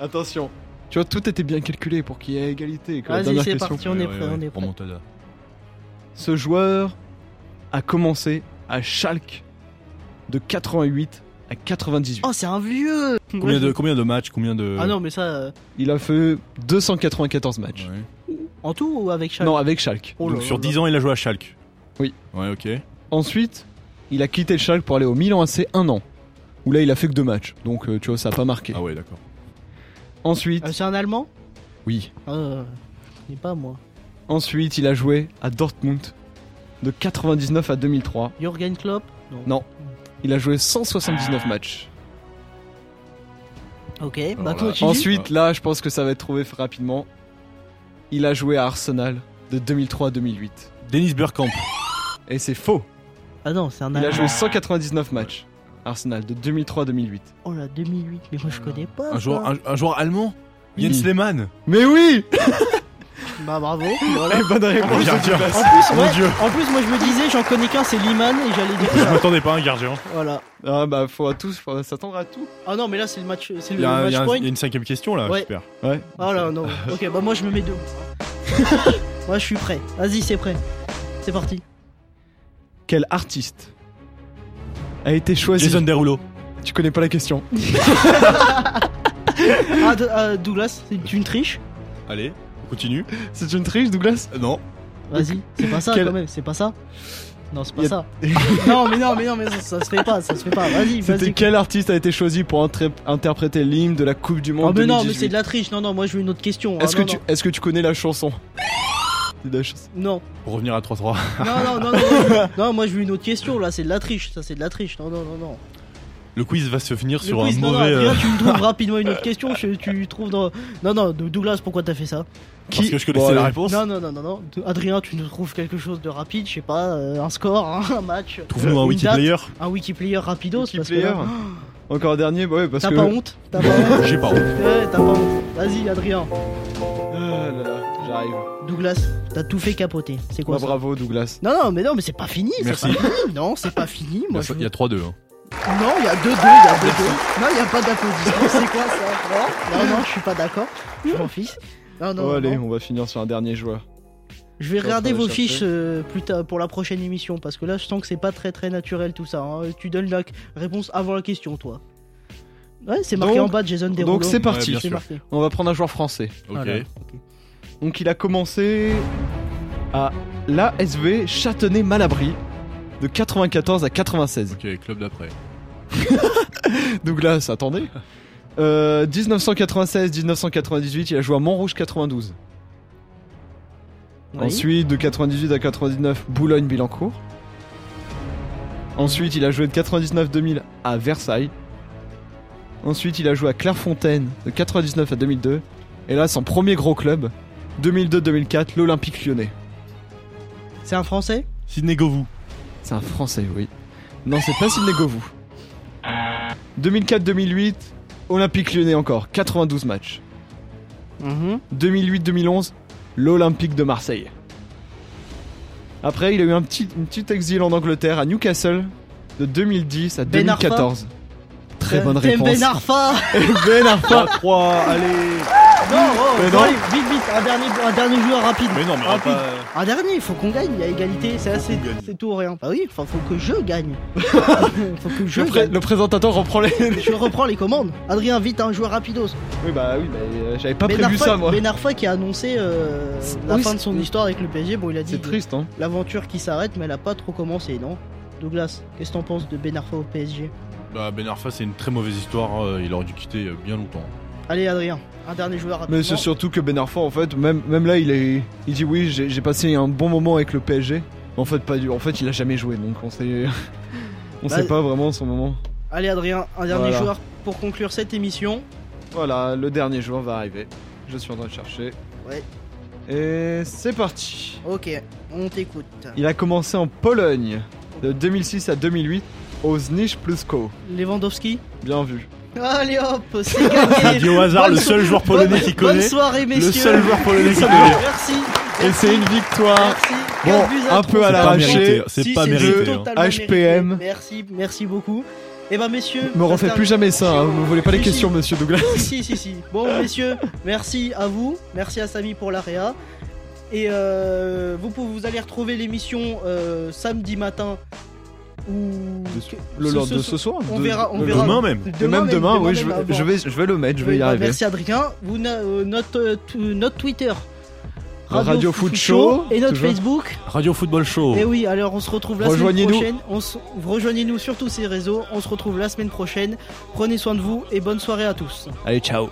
Speaker 3: Attention. Tu vois, tout était bien calculé pour qu'il y ait égalité. et que la
Speaker 1: Vas-y,
Speaker 3: dernière
Speaker 1: c'est
Speaker 3: question-
Speaker 1: parti, on
Speaker 2: Ah
Speaker 1: est prêt, hein. on est prêt.
Speaker 2: Remontada.
Speaker 3: Ce joueur a commencé à Schalke de 88 à 98.
Speaker 1: Oh, c'est un vieux
Speaker 2: Combien de, combien de matchs Combien de.
Speaker 1: Ah non, mais ça, euh,
Speaker 3: Il a fait 294 matchs.
Speaker 2: Ouais.
Speaker 1: en tout ou avec Charles
Speaker 3: Non, avec Schalke.
Speaker 1: Oh là
Speaker 2: Donc
Speaker 1: là
Speaker 2: sur
Speaker 1: là.
Speaker 2: 10 ans, il a joué à Schalke.
Speaker 3: Oui.
Speaker 2: Ouais, ok.
Speaker 3: Ensuite, il a quitté le Schalke pour aller au Milan AC un an. Où là, il a fait que deux matchs. Donc, euh, tu vois, ça a pas marqué.
Speaker 2: Ah ouais, d'accord.
Speaker 3: Ensuite,
Speaker 1: Euh, c'est un Allemand
Speaker 3: oui.
Speaker 1: Euh, je n'ai pas moi.
Speaker 3: Ensuite, il a joué à Dortmund de 99 à 2003.
Speaker 1: Jürgen Klopp
Speaker 3: Non. Il a joué
Speaker 1: Ah.
Speaker 3: 179 matchs.
Speaker 1: Ok,
Speaker 2: Alors
Speaker 1: bah
Speaker 2: Oh là,
Speaker 1: continue.
Speaker 3: Ensuite, là, je pense que ça va être trouvé rapidement. Il a joué à Arsenal de 2003 à 2008.
Speaker 2: Dennis Burkamp.
Speaker 3: Et c'est faux.
Speaker 1: Ah non, c'est un
Speaker 3: Il a
Speaker 1: Allemand.
Speaker 3: joué 199 matchs. Arsenal de 2003 à 2008.
Speaker 1: Oh là, 2008, mais moi je connais pas.
Speaker 2: Un
Speaker 1: ça.
Speaker 2: joueur, un, un joueur allemand
Speaker 3: Oui.
Speaker 2: Jens Lehmann.
Speaker 3: Mais oui
Speaker 1: Bah bravo, voilà.
Speaker 3: Et Bonne réponse.
Speaker 2: Un Ah, gardien.
Speaker 1: En plus,
Speaker 2: Mon
Speaker 1: ouais,
Speaker 2: Dieu.
Speaker 1: en plus, moi je me disais, j'en connais qu'un, c'est Liman, et j'allais dire
Speaker 2: Je
Speaker 1: ça.
Speaker 2: m'attendais pas à un gardien.
Speaker 1: Voilà.
Speaker 3: Ah bah faut à tous, faut s'attendre à tout.
Speaker 1: Ah non, mais là c'est le match, c'est
Speaker 2: Il
Speaker 1: le
Speaker 2: y, a un- il
Speaker 1: match
Speaker 2: y a un-
Speaker 1: point.
Speaker 2: il y a une cinquième question là,
Speaker 1: Ouais.
Speaker 2: j'espère.
Speaker 3: Ouais.
Speaker 1: Oh là non. Ok, bah moi je me mets deux. moi je suis prêt. Vas-y, c'est prêt. C'est parti.
Speaker 3: Quel artiste a été choisi
Speaker 2: Jason Derulo.
Speaker 3: Tu connais pas la question.
Speaker 1: Ah, d- ah, Douglas, c'est une triche
Speaker 2: Allez, on continue.
Speaker 3: C'est une triche, Douglas
Speaker 2: Euh, Non.
Speaker 1: Vas-y, c'est pas ça
Speaker 3: Quel-
Speaker 1: quand même, c'est pas ça Non, c'est pas
Speaker 3: Y a-
Speaker 1: ça. non, mais non, mais non, mais ça, ça se fait pas, ça se fait pas. Vas-y,
Speaker 3: C'était
Speaker 1: vas-y.
Speaker 3: quel artiste a été choisi pour intré- interpréter l'hymne de la Coupe du Monde
Speaker 1: Oh, mais non, mais
Speaker 3: 2018?
Speaker 1: c'est de la triche. Non, non, moi je veux une autre question.
Speaker 3: Est-ce
Speaker 1: Ah,
Speaker 3: que,
Speaker 1: non,
Speaker 3: tu- est-ce que tu connais la chanson C'est de la chanson.
Speaker 1: Non,
Speaker 2: Pour revenir à 3-3.
Speaker 1: non, non, non, non, non, non, moi je veux une autre question. Là, c'est de la triche. Ça, c'est de la triche. Non, non, non, non.
Speaker 2: Le quiz va se finir
Speaker 1: Le
Speaker 2: sur
Speaker 1: quiz,
Speaker 2: un
Speaker 1: non, non,
Speaker 2: mauvais. euh,
Speaker 1: Adrien, tu me trouves rapidement une autre question. je- tu trouves dans. Non, non, de- Douglas, pourquoi t'as fait ça
Speaker 2: Parce que je connaissais la
Speaker 3: allez.
Speaker 2: réponse.
Speaker 1: Non, non, non, non, non. De- Adrien, tu nous trouves quelque chose de rapide. Je sais pas, euh, un score, hein, un match.
Speaker 2: Trouve-nous un
Speaker 1: une date,
Speaker 2: Wikiplayer.
Speaker 1: Un Wikiplayer rapidos. parce que
Speaker 3: Player.
Speaker 1: là,
Speaker 3: Encore un dernier, bah ouais, parce
Speaker 1: T'as
Speaker 3: que.
Speaker 1: pas honte T'as pas honte
Speaker 2: J'ai pas honte.
Speaker 1: Ouais, t'as pas honte. Vas-y, Adrien.
Speaker 3: Ah là là, j'arrive.
Speaker 1: Douglas, t'as tout fait capoter. C'est quoi
Speaker 3: Bah,
Speaker 1: ça
Speaker 3: bravo, Douglas.
Speaker 1: Non, non, mais non, mais c'est pas fini. c'est
Speaker 2: Merci.
Speaker 1: pas fini. Non, c'est pas fini.
Speaker 2: Il y
Speaker 1: Moi,
Speaker 2: a-
Speaker 1: je
Speaker 2: il y a
Speaker 1: veux-
Speaker 2: 3-2. hein.
Speaker 1: Non, il y a 2-2, il y a 2-2. Non, il y a pas d'applaudissements. C'est quoi ça Non, non, non, je suis pas d'accord. Je m'en fiche. Non, non,
Speaker 3: Oh,
Speaker 1: non,
Speaker 3: allez,
Speaker 1: non.
Speaker 3: on va finir sur un dernier joueur.
Speaker 1: Je vais
Speaker 3: Je suis en train
Speaker 1: regarder
Speaker 3: de
Speaker 1: vos
Speaker 3: chercher.
Speaker 1: fiches euh, plus tard pour la prochaine émission parce que là, je sens que c'est pas très très naturel tout ça. hein. Tu donnes la réponse avant la question, toi. Ouais, c'est marqué
Speaker 3: Donc-
Speaker 1: en bas de Jason Derulo.
Speaker 3: Donc c'est
Speaker 2: Ouais,
Speaker 3: parti.
Speaker 2: bien sûr.
Speaker 1: marqué.
Speaker 3: on va prendre un joueur français.
Speaker 2: Ok.
Speaker 1: Voilà.
Speaker 3: Donc il a commencé à l'ASV Châtenay-Malabry de 94 à 96.
Speaker 2: Ok, club d'après.
Speaker 3: Douglas, attendez. Euh, 1996-1998, il a joué à Montrouge 92.
Speaker 1: Oui.
Speaker 3: Ensuite, de 98 à 99, Boulogne-Billancourt. Ensuite, il a joué de 99-2000 à Versailles. Ensuite, il a joué à Clairefontaine de 99 à 2002. Et là, son premier gros club, 2002-2004, l'Olympique lyonnais.
Speaker 1: C'est un français
Speaker 2: Sidney Govou.
Speaker 3: C'est un Français, oui. Non, c'est pas Sidney Govou. 2004-2008, Olympique lyonnais encore, 92 matchs.
Speaker 1: Mhm.
Speaker 3: 2008-2011, l'Olympique de Marseille. Après, il a eu un petit, une petite exil en Angleterre, à Newcastle, de 2010 à
Speaker 1: Ben
Speaker 3: 2014. Très bonne
Speaker 1: T'aimes
Speaker 3: réponse.
Speaker 1: Ben Arfa
Speaker 3: ben Arfa 3, allez
Speaker 1: Non, oh,
Speaker 3: Mais
Speaker 1: bon,
Speaker 3: non.
Speaker 1: allez, vite, vite, un dernier, un dernier joueur rapide.
Speaker 2: Mais non, mais on va
Speaker 1: rapide.
Speaker 2: pas.
Speaker 1: Un dernier, il faut qu'on gagne, il y a égalité, c'est assez,
Speaker 2: qu'on gagne.
Speaker 1: c'est tout ou rien. Bah oui, enfin, faut que je gagne. faut que je
Speaker 3: le, pré-
Speaker 1: gagne.
Speaker 3: le présentateur reprend les...
Speaker 1: Je reprends les commandes. Adrien, vite, un joueur rapidos.
Speaker 3: oui, bah oui, bah, euh, j'avais pas
Speaker 1: ben,
Speaker 3: prévu
Speaker 1: Arfa,
Speaker 3: ça, moi.
Speaker 1: Ben Arfa qui a annoncé euh, la
Speaker 3: Oui,
Speaker 1: fin
Speaker 3: c'est-
Speaker 1: de son histoire avec le PSG. Bon, il a dit
Speaker 3: C'est triste, hein.
Speaker 1: euh, l'aventure qui s'arrête, mais elle a pas trop commencé, non Douglas, qu'est-ce que t'en penses de Ben Arfa au PSG
Speaker 2: Bah, Ben Arfa, c'est une très mauvaise histoire. euh, Il aurait dû quitter euh, bien longtemps.
Speaker 1: Allez, Adrien, un dernier joueur rapide.
Speaker 3: Mais c'est surtout que Ben Arfa, en fait, même, même là, il, est, il dit oui, j'ai j'ai passé un bon moment avec le PSG. Mais En fait, pas du, en fait, il a jamais joué, donc on sait, on
Speaker 1: Bah,
Speaker 3: sait pas vraiment son moment.
Speaker 1: Allez, Adrien, un dernier
Speaker 3: Voilà.
Speaker 1: joueur pour conclure cette émission.
Speaker 3: Voilà, le dernier joueur va arriver. Je suis en train de chercher.
Speaker 1: Ouais.
Speaker 3: Et c'est parti.
Speaker 1: Ok, on t'écoute.
Speaker 3: Il a commencé en Pologne de 2006 à 2008 au Znich Plusko.
Speaker 1: Lewandowski
Speaker 3: Bien vu.
Speaker 1: Allez hop, c'est gagné
Speaker 2: Dit au hasard,
Speaker 1: Bonne
Speaker 2: le
Speaker 1: so-
Speaker 2: seul joueur polonais qui
Speaker 1: Bonne
Speaker 2: connaît.
Speaker 1: soirée,
Speaker 2: Le
Speaker 1: messieurs
Speaker 2: seul joueur polonais qui connaît.
Speaker 1: Merci
Speaker 3: Et c'est une victoire.
Speaker 1: Merci
Speaker 3: Bon,
Speaker 1: Quatre buts à
Speaker 3: un
Speaker 1: trois.
Speaker 3: peu à
Speaker 2: C'est pas
Speaker 3: l'arraché.
Speaker 2: mérité, C'est
Speaker 1: Si,
Speaker 2: pas
Speaker 1: c'est
Speaker 2: mérité. hein.
Speaker 1: totalement mérité.
Speaker 3: HPM.
Speaker 1: Merci, merci beaucoup. Eh ben messieurs,
Speaker 3: Me refais plus jamais ça, hein, vous voulez pas les
Speaker 1: Si,
Speaker 3: questions,
Speaker 1: si.
Speaker 3: monsieur Douglas.
Speaker 1: si, si, si. Bon, messieurs, merci à vous. Merci à Samy pour l'AREA. Et euh, vous, pouvez, vous allez retrouver l'émission euh, samedi matin. Ou...
Speaker 3: Le
Speaker 1: Ce-
Speaker 3: lors
Speaker 1: ce-
Speaker 3: de ce soir
Speaker 1: on
Speaker 3: de-
Speaker 1: verra- on
Speaker 3: de-
Speaker 1: verra.
Speaker 2: Demain même.
Speaker 3: De même demain, oui, je
Speaker 1: même
Speaker 3: vais,
Speaker 1: avant.
Speaker 3: je, vais, je vais le mettre, je vais
Speaker 1: Oui,
Speaker 3: y
Speaker 1: bah,
Speaker 3: arriver.
Speaker 1: Merci Adrien. Vous, na- euh, notre, euh, tu- notre Twitter.
Speaker 3: Radio Foot Show,
Speaker 1: et notre
Speaker 3: toujours.
Speaker 1: Facebook.
Speaker 2: Radio Football Show.
Speaker 1: Et Eh oui, alors on se retrouve la semaine
Speaker 3: Rejoignez-nous.
Speaker 1: prochaine. On se- Rejoignez-nous sur tous ces réseaux. On se retrouve la semaine prochaine. Prenez soin de vous et bonne soirée à tous.
Speaker 3: Allez, ciao.